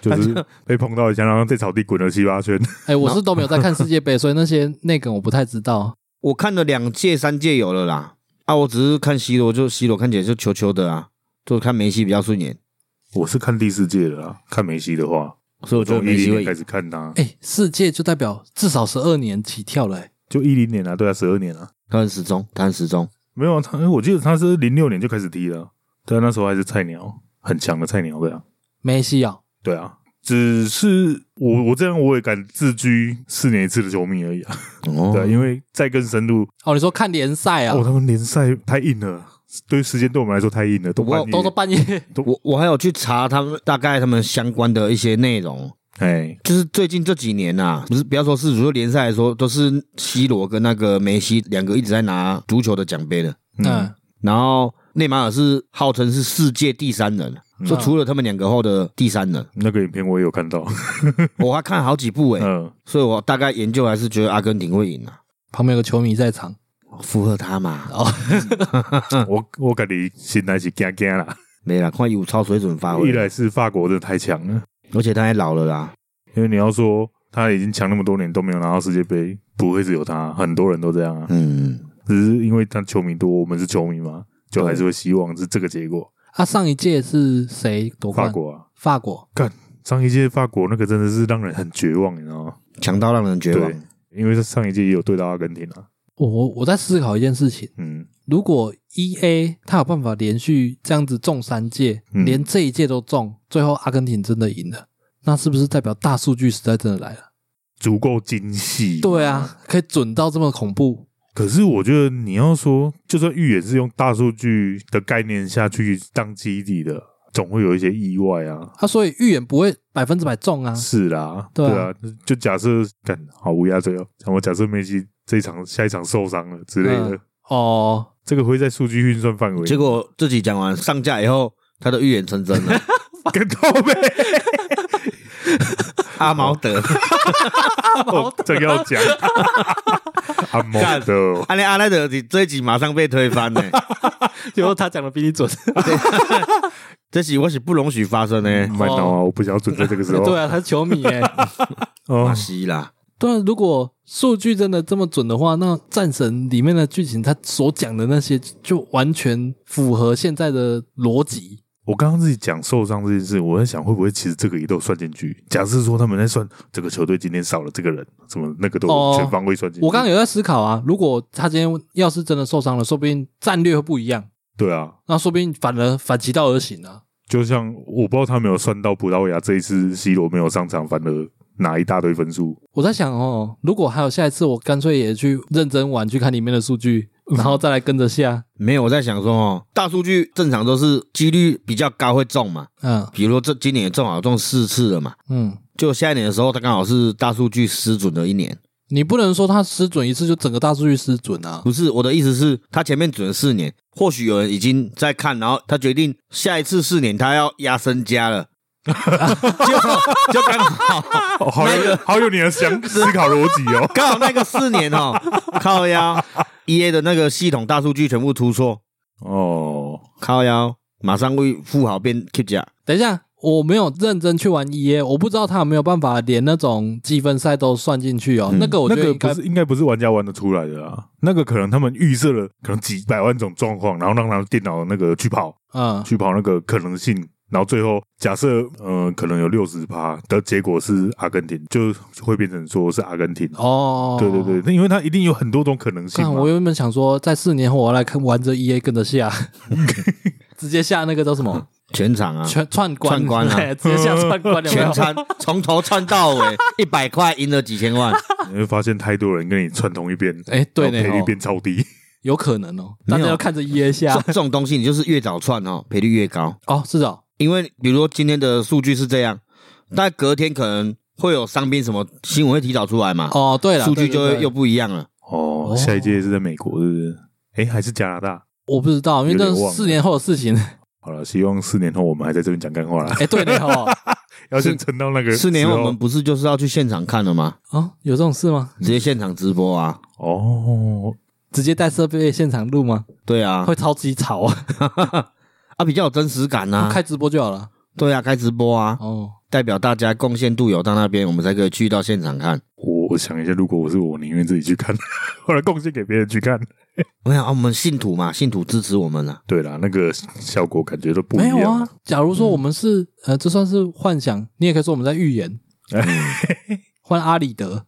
[SPEAKER 3] 就是被碰到一下，然后在草地滚了七八圈。
[SPEAKER 1] 哎、我是都没有在看世界杯， 所以那些内梗我不太知道。
[SPEAKER 2] 我看了两届三届有了啦。啊，我只是看 C 罗，就 C 罗看起来就球球的啊，就看梅西比较顺眼，
[SPEAKER 3] 我是看第四届的啦，看梅西的话，
[SPEAKER 2] 所以我觉得
[SPEAKER 3] 从一
[SPEAKER 2] 梅西
[SPEAKER 3] 零
[SPEAKER 2] 会
[SPEAKER 3] 年开
[SPEAKER 2] 赢。
[SPEAKER 3] 始看他，
[SPEAKER 1] 哎、世界就代表至少十二年起跳了、哎
[SPEAKER 3] 就一零年啊，对啊，十二年啊，
[SPEAKER 2] 他很时钟，他很时钟。
[SPEAKER 3] 没有啊，他我记得他是零六年就开始踢了，对啊，那时候还是菜鸟，很强的菜鸟，对啊，
[SPEAKER 1] 梅西啊、
[SPEAKER 3] 对啊，只是我我这样我也敢自居四年一次的球迷而已啊，
[SPEAKER 2] 哦
[SPEAKER 3] 对啊，因为再更深入，
[SPEAKER 1] 哦，你说看联赛啊
[SPEAKER 3] 哦，，他们联赛太硬了，对于时间对我们来说太硬了，都半
[SPEAKER 1] 都都
[SPEAKER 3] 夜，
[SPEAKER 1] 半夜
[SPEAKER 2] 我我还有去查他们大概他们相关的一些内容，
[SPEAKER 3] 哎，
[SPEAKER 2] 就是最近这几年呐、不是不要说世足，就联赛来说，都是 C 罗跟那个梅西两个一直在拿足球的奖杯的。
[SPEAKER 1] 嗯，
[SPEAKER 2] 然后内马尔是号称是世界第三人，
[SPEAKER 3] 嗯
[SPEAKER 2] 就除了他们两个后的第三人。
[SPEAKER 3] 那个影片我也有看到，
[SPEAKER 2] 我还看好几部诶、
[SPEAKER 3] 嗯，
[SPEAKER 2] 所以我大概研究还是觉得阿根廷会赢啊，哦
[SPEAKER 1] 旁边有个球迷在场，
[SPEAKER 2] 附和他嘛。
[SPEAKER 1] 哦，
[SPEAKER 3] 我我感觉心内是惊惊啦，
[SPEAKER 2] 没啦，看有超水准发挥
[SPEAKER 3] 一，来是法国真的太强了。
[SPEAKER 2] 而且他也老了啦。
[SPEAKER 3] 因为你要说他已经强那么多年都没有拿到世界杯，不会只有他，很多人都这样啊。
[SPEAKER 2] 嗯，
[SPEAKER 3] 只是因为他球迷多，我们是球迷嘛，就
[SPEAKER 2] 对
[SPEAKER 3] 还是会希望是这个结果。
[SPEAKER 1] 啊，上一届是谁夺冠？
[SPEAKER 3] 法，国啊，
[SPEAKER 1] 法国，
[SPEAKER 3] 上一届法国那个真的是让人很绝望，你知道吗？
[SPEAKER 2] 强到让人绝望
[SPEAKER 3] 对。，因为他上一届也有对到阿根廷啊，
[SPEAKER 1] 我我我在思考一件事情，
[SPEAKER 3] 嗯，
[SPEAKER 1] 如果 E A 他有办法连续这样子中三届，
[SPEAKER 3] 嗯
[SPEAKER 1] 连这一届都中，最后阿根廷真的赢了，那是不是代表大数据时代真的来了？
[SPEAKER 3] 足够精细。
[SPEAKER 1] 对，啊，
[SPEAKER 3] 嗯
[SPEAKER 1] 可以准到这么恐怖。
[SPEAKER 3] 可是我觉得你要说，就算预言是用大数据的概念下去当基底的，总会有一些意外啊。
[SPEAKER 1] 啊，所以预言不会百分之百中啊。
[SPEAKER 3] 是啦，
[SPEAKER 1] 对
[SPEAKER 3] 对
[SPEAKER 1] 啊
[SPEAKER 3] 啊，就假设干好乌鸦嘴哦，像我假设梅西这一场下一场受伤了之类的
[SPEAKER 1] 嗯， 哦，
[SPEAKER 3] 这个会在数据运算范围。
[SPEAKER 2] 结 果自己讲完上架以后，他的预言成真了。
[SPEAKER 3] 跟到呗，
[SPEAKER 2] 阿毛德，
[SPEAKER 3] 哦这个要 讲，阿毛的哦
[SPEAKER 2] 阿雷阿莱德，你这一集马上被推翻呢、
[SPEAKER 1] 结果他讲的比你准。
[SPEAKER 2] 这是我是不容许发生的、
[SPEAKER 3] 慢脑啊，我不想要准在这个时候。
[SPEAKER 1] 哦对啊，他是球迷耶。
[SPEAKER 2] 巴
[SPEAKER 3] 哦，
[SPEAKER 2] 西啦，
[SPEAKER 1] 对啊，如果数据真的这么准的话，那《战神》里面的剧情他所讲的那些就完全符合现在的逻辑。
[SPEAKER 3] 我刚刚自己讲受伤这件事，我在想会不会其实这个也都算进去。假设说他们在算这个球队今天少了这个人，什么那个都
[SPEAKER 1] 哦
[SPEAKER 3] 全方位算进去。
[SPEAKER 1] 我刚刚有在思考啊，如果他今天要是真的受伤了，说不定战略会不一样，
[SPEAKER 3] 对啊，
[SPEAKER 1] 那说不定反而反其道而行啊。
[SPEAKER 3] 就像我不知道他没有算到葡萄牙这一次 C 罗没有上场，反而拿一大堆分数。
[SPEAKER 1] 我在想哦，如果还有下一次，我干脆也去认真玩，去看里面的数据，然后再来跟着下。
[SPEAKER 2] 没有，我在想说哦，大数据正常都是几率比较高会中嘛，
[SPEAKER 1] 嗯
[SPEAKER 2] 比如说这今年正好中四次了嘛，
[SPEAKER 1] 嗯，
[SPEAKER 2] 就下一年的时候，它刚好是大数据失准的一年。
[SPEAKER 1] 你不能说他失准一次就整个大数据失准啊。
[SPEAKER 2] 不是我的意思是，他前面准了四年，或许有人已经在看，然后他决定下一次四年他要压身家了，就就刚好
[SPEAKER 3] 哦，好有好有你的想 思考逻辑哦。
[SPEAKER 2] 刚好那个四年哦，靠腰 E A 的那个系统大数据全部出错，
[SPEAKER 3] 哦，
[SPEAKER 2] 靠腰马上会富豪变 keep 价，
[SPEAKER 1] 等一下，我没有认真去玩 E A，我不知道他有没有办法连那种积分赛都算进去哦。
[SPEAKER 2] 嗯
[SPEAKER 1] 那个我
[SPEAKER 3] 那
[SPEAKER 1] 觉得
[SPEAKER 3] 个
[SPEAKER 1] 应该
[SPEAKER 3] 不是应该不是玩家玩得出来的啦，那个可能他们预设了可能几百万种状况，然后让他们电脑那个去跑
[SPEAKER 1] 嗯
[SPEAKER 3] 去跑那个可能性，然后最后假设呃可能有六十趴的结果是阿根廷，就会变成说是阿根廷。
[SPEAKER 1] 哦，
[SPEAKER 3] 对对对，。那因为它一定有很多种可能性
[SPEAKER 1] 看，
[SPEAKER 3] 嘛。
[SPEAKER 1] 我原本想说，在四年后我要来看玩着 E A 跟着 下，直接下那个叫什么
[SPEAKER 2] 全场
[SPEAKER 3] 嗯
[SPEAKER 2] 啊，
[SPEAKER 1] 串串关
[SPEAKER 2] 串关啊
[SPEAKER 1] 直接下串关有没有
[SPEAKER 2] 全餐从头串到尾，一百块赢了几千万，
[SPEAKER 3] 你会发现太多人跟你串同一遍，
[SPEAKER 1] 哎，对呢
[SPEAKER 3] 然后赔率
[SPEAKER 1] 哦，
[SPEAKER 3] 变超低。
[SPEAKER 1] 有可能哦，大
[SPEAKER 2] 没
[SPEAKER 3] 啊
[SPEAKER 2] 有
[SPEAKER 1] 家要看着 E A
[SPEAKER 2] 这
[SPEAKER 1] 下
[SPEAKER 2] 这种东西你就是越早串哦，赔率越高。
[SPEAKER 1] 哦，是哦，
[SPEAKER 2] 因为比如说今天的数据是这样，
[SPEAKER 1] 嗯
[SPEAKER 2] 但隔天可能会有伤兵什么新闻会提早出来嘛，
[SPEAKER 1] 哦，对了，
[SPEAKER 2] 数据
[SPEAKER 1] 对
[SPEAKER 2] 就
[SPEAKER 1] 对
[SPEAKER 2] 会
[SPEAKER 1] 对
[SPEAKER 2] 又不一样了。
[SPEAKER 3] 哦
[SPEAKER 1] 哦，
[SPEAKER 3] 下一届是在美国，是不是？哎，还是加拿大？
[SPEAKER 1] 我不知道，因为
[SPEAKER 3] 有点
[SPEAKER 1] 这
[SPEAKER 3] 忘
[SPEAKER 1] 是
[SPEAKER 3] 了
[SPEAKER 1] 四年后的事情。
[SPEAKER 3] 好了，希望四年后我们还在这边讲干话啦。
[SPEAKER 1] 哎，对呢哦，
[SPEAKER 3] 要先撑到那个
[SPEAKER 2] 四年
[SPEAKER 3] 时
[SPEAKER 2] 后
[SPEAKER 3] 候
[SPEAKER 2] 我们不是就是要去现场看了吗？
[SPEAKER 1] 哦，有这种事
[SPEAKER 3] 嗯
[SPEAKER 1] 吗？
[SPEAKER 2] 直接现场直播啊，
[SPEAKER 3] 哦，
[SPEAKER 1] 直接带设备现场录吗？
[SPEAKER 2] 对啊，
[SPEAKER 1] 会超级吵啊！
[SPEAKER 2] 啊比较有真实感呐、啊，
[SPEAKER 1] 哦开直播就好了。
[SPEAKER 2] 对啊，开直播啊，
[SPEAKER 1] 哦，
[SPEAKER 2] 代表大家贡献度有到那边，我们才可以去到现场看。
[SPEAKER 3] 我我想一下，如果我是我，宁愿自己去 看，后来贡献给别人去看。
[SPEAKER 2] 没有啊，我们信徒嘛，信徒支持我们啊，
[SPEAKER 3] 对啦，那个效果感觉都不一
[SPEAKER 1] 没
[SPEAKER 3] 样。
[SPEAKER 1] 有啊。假如说我们是呃，这算是幻想，你也可以说我们在预言。 换阿里德。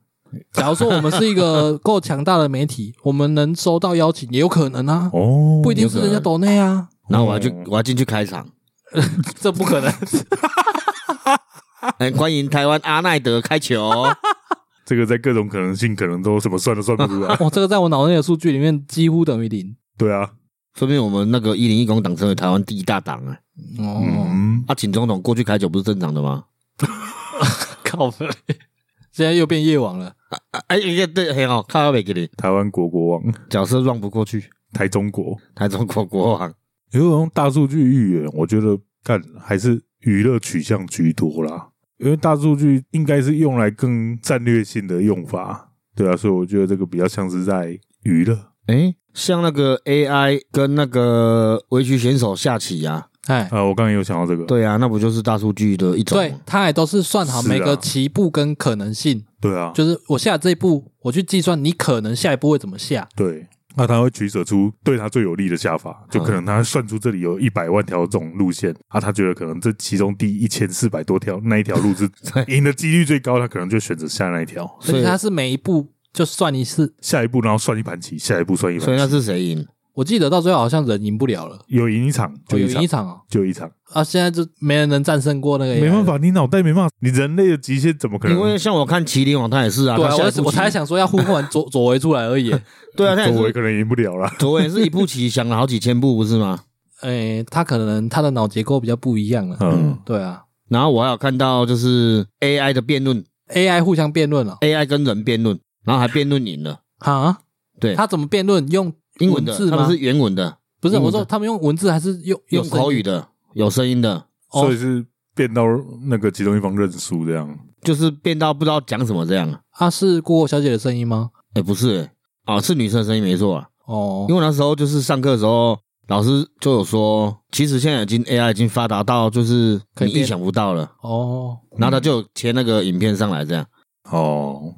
[SPEAKER 1] 假如说我们是一个够强大的媒 体，我们能收到邀请也有可能啊，
[SPEAKER 3] 哦，
[SPEAKER 1] 不一定是人家抖内啊，
[SPEAKER 2] 然后我要去，
[SPEAKER 3] 嗯
[SPEAKER 2] 我要进去开 场。
[SPEAKER 1] 这不 可能。。
[SPEAKER 2] 哎，欢迎台湾阿奈德开球哦，
[SPEAKER 3] 这个在各种可能性，可能都什么算都算不出来
[SPEAKER 1] 哦哇，这个在我脑内的数据里面几乎等于零。
[SPEAKER 3] 对啊，
[SPEAKER 2] 说明我们那个一零一工党成为台湾第一大党啊！
[SPEAKER 1] 哦，
[SPEAKER 3] 嗯，
[SPEAKER 2] 啊，请总统过去开球不是正常的吗？
[SPEAKER 1] 靠北！现在又变夜王了。
[SPEAKER 2] 啊哎，哎对，很好，看到没给你
[SPEAKER 3] 台湾国国王，
[SPEAKER 2] 角色 run 不过去，
[SPEAKER 3] 台中国，
[SPEAKER 2] 台中国国王
[SPEAKER 3] 如果用大数据预言，我觉得干还是娱乐取向居多啦，因为大数据应该是用来更战略性的用法，对啊，所以我觉得这个比较像是在娱乐。
[SPEAKER 2] 哎，像那个 AI 跟那个围棋选手下棋啊，
[SPEAKER 1] 哎，
[SPEAKER 3] 啊，我刚刚有想到这个，
[SPEAKER 2] 对啊，那不就是大数据的一种吗？
[SPEAKER 1] 对，它也都是算好
[SPEAKER 3] 是啊
[SPEAKER 1] 每个棋步跟可能性，
[SPEAKER 3] 对啊，
[SPEAKER 1] 就是我下这一步，我去计算你可能下一步会怎么下。
[SPEAKER 3] 对，那他会取舍出对他最有利的下法，就可能他算出这里有一百万条这种路线，啊，他觉得可能这其中第一千四百多条那一条路是赢的几率最高，他可能就选择下那一条，
[SPEAKER 1] 所
[SPEAKER 2] 所
[SPEAKER 1] 以
[SPEAKER 2] 以
[SPEAKER 1] 它是每一步就算一次。
[SPEAKER 3] 下一步然后算一盘棋，下一步算一
[SPEAKER 2] 所以
[SPEAKER 3] 盘
[SPEAKER 2] 那
[SPEAKER 3] 棋，
[SPEAKER 2] 是谁赢？
[SPEAKER 1] 我记得到最后好像人赢不了了，
[SPEAKER 3] 有赢一场
[SPEAKER 1] 哦
[SPEAKER 3] 就
[SPEAKER 1] 有
[SPEAKER 3] 一
[SPEAKER 1] 赢
[SPEAKER 3] 场
[SPEAKER 1] 一。场哦
[SPEAKER 3] 就一场，
[SPEAKER 1] 啊，现在就没人能战胜过那个 AI 了，
[SPEAKER 3] 没办法，你脑袋没办法，你人类的极限怎么可能？
[SPEAKER 2] 因为像我看麒麟王，他也是啊，
[SPEAKER 1] 啊对
[SPEAKER 2] 他
[SPEAKER 1] 啊，
[SPEAKER 2] 下一
[SPEAKER 1] 我
[SPEAKER 2] 步棋
[SPEAKER 1] 我才想说要呼唤左 左为出来而已。
[SPEAKER 2] 对啊，他也
[SPEAKER 3] 周围
[SPEAKER 2] 是
[SPEAKER 3] 可能赢不了啦。
[SPEAKER 2] 左为是一步棋想了好几千步，不是吗？
[SPEAKER 1] 诶，哎他可能他的脑结构比较不一样了。
[SPEAKER 3] 嗯，
[SPEAKER 1] 对啊
[SPEAKER 2] 然后我还有看到就是 AI 的辩论
[SPEAKER 1] ，AI 互相辩论了
[SPEAKER 2] ，AI 跟人辩论，然后还辩论赢了，
[SPEAKER 1] 啊？
[SPEAKER 2] 对
[SPEAKER 1] 他怎么辩论？用
[SPEAKER 2] 英文的，
[SPEAKER 1] 文字
[SPEAKER 2] 他
[SPEAKER 1] 吗
[SPEAKER 2] 们是原文的，
[SPEAKER 1] 不是
[SPEAKER 2] 英
[SPEAKER 1] 我
[SPEAKER 2] 文的
[SPEAKER 1] 说他们用文字还是用
[SPEAKER 2] 用口语
[SPEAKER 1] 的？
[SPEAKER 2] 的，有声音的，
[SPEAKER 1] 哦
[SPEAKER 3] 所以是变到那个其中一方认输这样。
[SPEAKER 2] 就是变到不知道讲什么这样。
[SPEAKER 1] 啊，是郭郭小姐的声音吗？
[SPEAKER 2] 哎、不是、欸，啊，是女生的声音没错啊。
[SPEAKER 1] 哦
[SPEAKER 2] 因，为那时候就是上课的时候，老师就有说，其实现在已经 AI 已经发达到就是
[SPEAKER 1] 可以
[SPEAKER 2] 你
[SPEAKER 1] 变
[SPEAKER 2] 意想不到了。
[SPEAKER 1] 哦，
[SPEAKER 2] 然后他就有切那个影片上来这样，
[SPEAKER 3] 哦，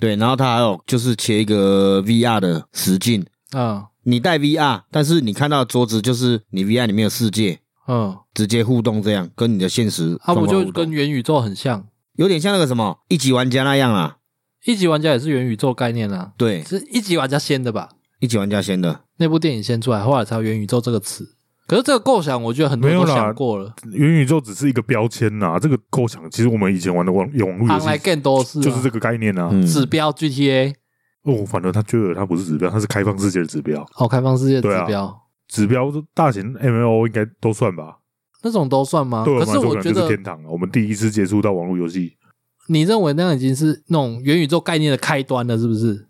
[SPEAKER 2] 对，然后他还有就是切一个 VR 的实境，
[SPEAKER 1] 嗯
[SPEAKER 2] 你戴 VR，但是你看到的桌子就是你 VR 里面的世界，
[SPEAKER 1] 嗯，
[SPEAKER 2] 直接互动这样，跟你的现实
[SPEAKER 1] 啊，
[SPEAKER 2] 状
[SPEAKER 1] 不
[SPEAKER 2] 况
[SPEAKER 1] 就
[SPEAKER 2] 互动
[SPEAKER 1] 跟元宇宙很像？
[SPEAKER 2] 有点像那个什么一级玩家那样啊？
[SPEAKER 1] 一级玩家也是元宇宙概念啊，
[SPEAKER 2] 对，
[SPEAKER 1] 是一级玩家先的吧？
[SPEAKER 2] 一级玩家先的，
[SPEAKER 1] 那部电影先出来，后来才有元宇宙这个词。可是这个构想，我觉得很多人都
[SPEAKER 3] 没有啦
[SPEAKER 1] 想过了
[SPEAKER 3] 元宇宙只是一个标签呐、这个构想其实我们以前玩的网网络游
[SPEAKER 1] ，online
[SPEAKER 3] 戏
[SPEAKER 1] game 都是啊
[SPEAKER 3] 就是这个概念啊。
[SPEAKER 2] 嗯，
[SPEAKER 1] 指标 GTA
[SPEAKER 3] 哦，反而他觉得它不是指标，它是开放世界的指标，
[SPEAKER 1] 哦，开放世界的
[SPEAKER 3] 对啊
[SPEAKER 1] 指标
[SPEAKER 3] 指标大型 MLO 应该都算吧。
[SPEAKER 1] 那种都算吗？
[SPEAKER 3] 对我
[SPEAKER 1] 啊可
[SPEAKER 3] 们来
[SPEAKER 1] 是
[SPEAKER 3] 说，
[SPEAKER 1] 我
[SPEAKER 3] 可能
[SPEAKER 1] 觉
[SPEAKER 3] 就是
[SPEAKER 1] 得
[SPEAKER 3] 天堂了。啊我们第一次接触到网络游戏，
[SPEAKER 1] 你认为那样已经是那种元宇宙概念的开端了，是不是？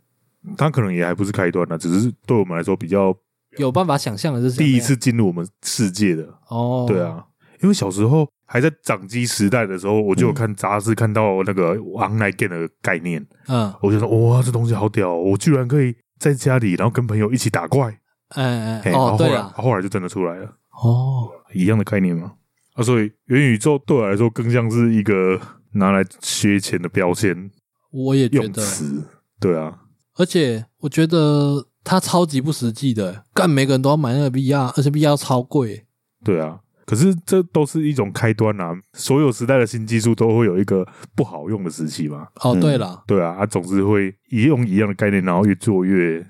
[SPEAKER 3] 它可能也还不是开端呢，只是对我们来说比较
[SPEAKER 1] 有办法想象的是什么
[SPEAKER 3] 第一次进入我们世界的。
[SPEAKER 1] 哦，
[SPEAKER 3] 对，啊，因为小时候还在掌机时代的时候，我就有看杂志看到那个 online game 的概念，
[SPEAKER 1] 嗯，
[SPEAKER 3] 我就说哇，这东西好屌哦，我居然可以在家里，然后跟朋友一起打怪。
[SPEAKER 1] 哎
[SPEAKER 3] 嘿
[SPEAKER 1] 哎，
[SPEAKER 3] 然后
[SPEAKER 1] 哦，
[SPEAKER 3] 后
[SPEAKER 1] 对
[SPEAKER 3] 来
[SPEAKER 1] 了，
[SPEAKER 3] 后来就真的出来了，
[SPEAKER 1] 哦，
[SPEAKER 3] 一样的概念嘛。啊，所以元宇宙对我来说更像是一个拿来削钱的标签
[SPEAKER 1] 我也觉
[SPEAKER 3] 用
[SPEAKER 1] 得，
[SPEAKER 3] 词。对啊，
[SPEAKER 1] 而且我觉得它超级不实际的，干每个人都要买那个 VR，而且 VR 超贵，
[SPEAKER 3] 对啊。可是这都是一种开端啊，所有时代的新技术都会有一个不好用的时期嘛。
[SPEAKER 1] 哦，
[SPEAKER 2] 嗯
[SPEAKER 1] 对了，
[SPEAKER 3] 对啊，啊，总是会一用一样的概念，然后越做越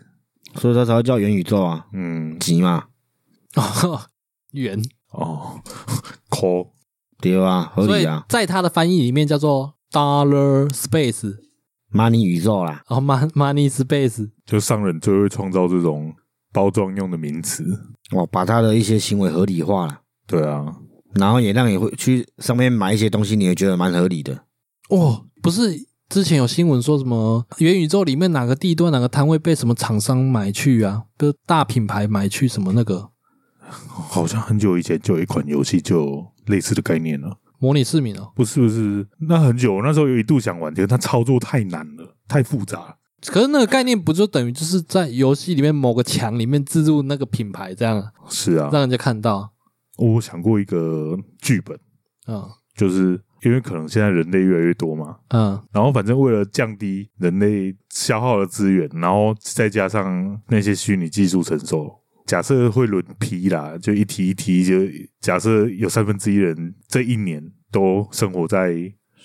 [SPEAKER 2] 所以它才会叫元宇宙啊，
[SPEAKER 3] 嗯
[SPEAKER 2] 急嘛，
[SPEAKER 1] 元，
[SPEAKER 3] 哦 抠
[SPEAKER 2] 对啊，合
[SPEAKER 1] 所
[SPEAKER 2] 理
[SPEAKER 1] 以
[SPEAKER 2] 啊
[SPEAKER 1] 在它的翻译里面叫做 Dollar Space，
[SPEAKER 2] ，money 宇宙啦，
[SPEAKER 1] 然后 Mon- Money Space，
[SPEAKER 3] 就商人最会创造这种包装用的名词。
[SPEAKER 2] 哇，哦把他的一些行为合理化了，
[SPEAKER 3] 对啊，
[SPEAKER 2] 然后也让你会去上面买一些东西，你也觉得蛮合理的，
[SPEAKER 1] 哦，不是。之前有新闻说什么元宇宙里面哪个地段哪个摊位被什么厂商买去啊，不是大品牌买去什么那个
[SPEAKER 3] 好像很久以前就有一款游戏就有类似的概念了。
[SPEAKER 1] 模拟市民哦，
[SPEAKER 3] 不是不是，那很久，那时候有一度想玩，结果它操作太难了，太复杂了。
[SPEAKER 1] 可是那个概念不就等于就是在游戏里面某个墙里面置入那个品牌，这样
[SPEAKER 3] 是啊，
[SPEAKER 1] 让人家看到
[SPEAKER 3] 我想过一个剧本，
[SPEAKER 1] 嗯
[SPEAKER 3] 就是因为可能现在人类越来越多嘛，
[SPEAKER 1] 嗯
[SPEAKER 3] 然后反正为了降低人类消耗的资源，然后再加上那些虚拟技术承受，假设会轮批啦，就一批一批，就假设有三分之一人这一年都生活在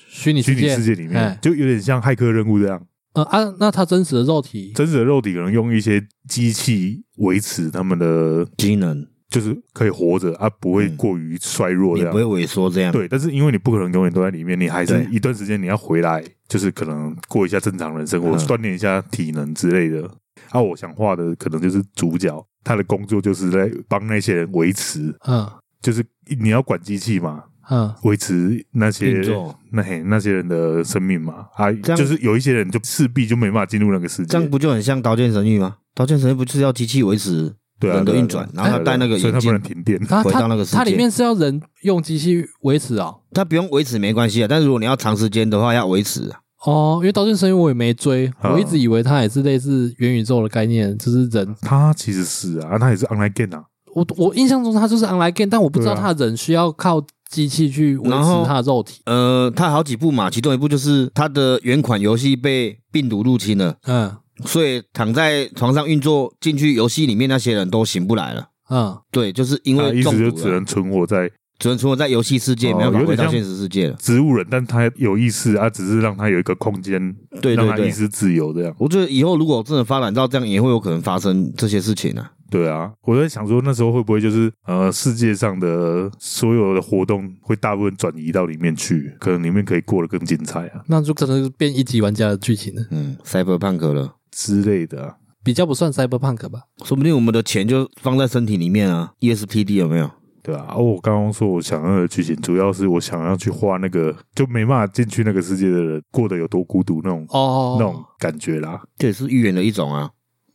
[SPEAKER 1] 虚拟世
[SPEAKER 3] 虚拟
[SPEAKER 1] 界
[SPEAKER 3] 世界里面
[SPEAKER 1] 哎，
[SPEAKER 3] 就有点像骇客任务这样。
[SPEAKER 1] 呃啊，那他真实的肉体
[SPEAKER 3] 真实的肉体可能用一些机器维持他们的，
[SPEAKER 2] 机能
[SPEAKER 3] 就是可以活着啊，不会
[SPEAKER 2] 嗯
[SPEAKER 3] 过于衰弱
[SPEAKER 2] 也
[SPEAKER 3] 这
[SPEAKER 2] 不会
[SPEAKER 3] 样。
[SPEAKER 2] 萎缩 这样，
[SPEAKER 3] 啊对，但是因为你不可能永远都在里面，你还是
[SPEAKER 2] 对
[SPEAKER 3] 一段时间你要回来，就是可能过一下正常人生活，
[SPEAKER 2] 嗯
[SPEAKER 3] 锻炼一下体能之类的。啊，我想画的可能就是主角，他的工作就是在帮那些人维持，
[SPEAKER 1] 嗯
[SPEAKER 3] 就是你要管机器嘛，
[SPEAKER 1] 嗯
[SPEAKER 3] 维持那些
[SPEAKER 2] 运作
[SPEAKER 3] 那嘿那些人的生命嘛。啊，
[SPEAKER 2] 样
[SPEAKER 3] 就是有一些人就势必就没办法进入那个世界
[SPEAKER 2] 这，样不就很像刀剑神域吗？刀剑神域不是要机器维持
[SPEAKER 3] 对啊，
[SPEAKER 2] 人的
[SPEAKER 3] 对啊
[SPEAKER 2] 运
[SPEAKER 3] 对啊
[SPEAKER 2] 转然后
[SPEAKER 3] 对啊
[SPEAKER 2] 他戴那个
[SPEAKER 3] 所以他
[SPEAKER 2] 眼
[SPEAKER 3] 不
[SPEAKER 2] 镜
[SPEAKER 3] 能停电。
[SPEAKER 1] 他
[SPEAKER 2] 回到那
[SPEAKER 1] 他
[SPEAKER 2] 个世界
[SPEAKER 1] 它里面是要人用机器维持哦
[SPEAKER 2] 它不用维持没关系啊，但是如果你要长时间的话，要维持啊。
[SPEAKER 1] 哦，因为刀剑神域我也没追，
[SPEAKER 3] 嗯
[SPEAKER 1] 我一直以为它也是类似元宇宙的概念，就是人
[SPEAKER 3] 他其实是啊，他也是 online game 啊，
[SPEAKER 1] 我我印象中它就是 online game，但我不知道
[SPEAKER 3] 对啊
[SPEAKER 1] 它人需要靠机器去维
[SPEAKER 2] 然后
[SPEAKER 1] 持它的肉体，
[SPEAKER 2] 呃，它好几部嘛，其中一部就是它的原款游戏被病毒入侵了，
[SPEAKER 1] 嗯
[SPEAKER 2] 所以躺在床上运作进去游戏里面那些人都醒不来了。
[SPEAKER 1] 嗯
[SPEAKER 2] 对，就是因
[SPEAKER 3] 他
[SPEAKER 2] 为
[SPEAKER 3] 啊意
[SPEAKER 2] 中
[SPEAKER 3] 思就
[SPEAKER 2] 毒
[SPEAKER 3] 只
[SPEAKER 2] 了，
[SPEAKER 3] 能存活在
[SPEAKER 2] 只能说在游戏世界，
[SPEAKER 3] 哦
[SPEAKER 2] 没有办
[SPEAKER 3] 有点
[SPEAKER 2] 法回到
[SPEAKER 3] 像
[SPEAKER 2] 现实世界了。
[SPEAKER 3] 植物人，但他有意识啊，只是让他有一个空间，
[SPEAKER 2] 对
[SPEAKER 3] 让
[SPEAKER 2] 对
[SPEAKER 3] 他意
[SPEAKER 2] 对，
[SPEAKER 3] 识自由这样。
[SPEAKER 2] 我觉得以后如果真的发展到这样，也会有可能发生这些事情啊。
[SPEAKER 3] 对啊，我在想说那时候会不会就是呃，世界上的所有的活动会大部分转移到里面去，可能里面可以过得更精彩啊
[SPEAKER 1] 那就真的是变一级玩家的剧情了，
[SPEAKER 2] 嗯，cyberpunk 了，
[SPEAKER 3] 之类的啊、
[SPEAKER 1] 比较不算 cyberpunk 吧。
[SPEAKER 2] 说不定我们的钱就放在身体里面啊，ESPD 有没有？
[SPEAKER 3] 对啊，而、我刚刚说我想要的剧情，主要是我想要去画那个就没办法进去那个世界的人过得有多孤独那种、
[SPEAKER 1] 哦，
[SPEAKER 3] 那种感觉啦。
[SPEAKER 2] 这也是预言的一种啊。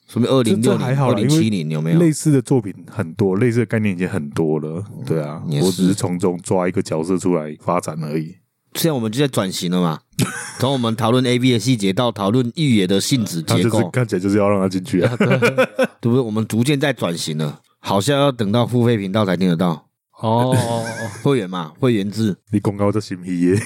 [SPEAKER 2] 说明二零
[SPEAKER 3] 这
[SPEAKER 2] 六
[SPEAKER 3] 这还
[SPEAKER 2] 零、
[SPEAKER 3] 好
[SPEAKER 2] 二
[SPEAKER 3] 啦因
[SPEAKER 2] 零
[SPEAKER 3] 为
[SPEAKER 2] 七零有没有？
[SPEAKER 3] 类似的作品很多，类似的概念已经很多了。对啊，
[SPEAKER 2] 也
[SPEAKER 3] 我只
[SPEAKER 2] 是
[SPEAKER 3] 是从中抓一个角色出来发展而已。
[SPEAKER 2] 现在我们就在转型了嘛，从我们讨论 A B 的细节到讨论预言的性 质
[SPEAKER 3] 他
[SPEAKER 2] 结
[SPEAKER 3] 就是
[SPEAKER 2] 构，
[SPEAKER 3] 看起来就是要让他进去啊。
[SPEAKER 2] 对不对？我们逐渐在转型了，好像要等到付费频道才听得到
[SPEAKER 1] 哦，
[SPEAKER 2] 会员嘛，会员制，
[SPEAKER 3] 你公告这新皮耶，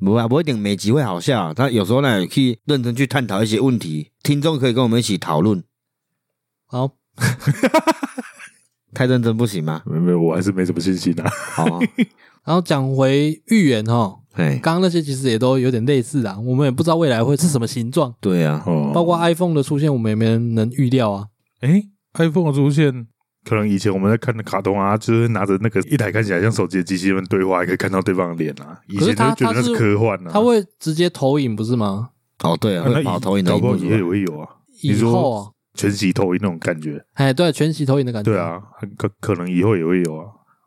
[SPEAKER 2] 不会不会等每集会好笑啊，但有时候呢也可以认真去探讨一些问题，听众可以跟我们一起讨论。
[SPEAKER 1] 好，
[SPEAKER 2] 太认真不行 吗？
[SPEAKER 3] 没有没有，我还是没什么信心啊。
[SPEAKER 2] 哦，
[SPEAKER 1] 然后讲回预言哈，
[SPEAKER 2] 哎，
[SPEAKER 1] 刚刚那些其实也都有点类似啊，我们也不知道未来会是什么形状，
[SPEAKER 2] 对啊，
[SPEAKER 3] 哦，
[SPEAKER 1] 包括 iPhone 的出现，我们也没人能预料啊。
[SPEAKER 3] 哎，iPhone 的出现，可能以前我们在看的卡通啊，就是拿着那个一台看起来像手机的机器人对话，还可以看到对方的脸啊。以
[SPEAKER 1] 可是
[SPEAKER 3] 前就
[SPEAKER 1] 它
[SPEAKER 3] 觉得那
[SPEAKER 1] 它是
[SPEAKER 3] 科幻啊，
[SPEAKER 1] 它会直接投影不是吗？
[SPEAKER 2] 哦对啊，
[SPEAKER 3] 啊那
[SPEAKER 2] 会
[SPEAKER 3] 以
[SPEAKER 2] 跑投影的
[SPEAKER 3] 搞
[SPEAKER 2] 一
[SPEAKER 3] 不好
[SPEAKER 2] 幕
[SPEAKER 3] 以
[SPEAKER 2] 出
[SPEAKER 3] 后也
[SPEAKER 2] 来，
[SPEAKER 3] 会有啊，你
[SPEAKER 1] 以
[SPEAKER 3] 说
[SPEAKER 1] 后啊，
[SPEAKER 3] 全息投影那种感觉。
[SPEAKER 1] 哎，对，全息投影的感觉。
[SPEAKER 3] 啊对，啊，很可可能以后也会有啊。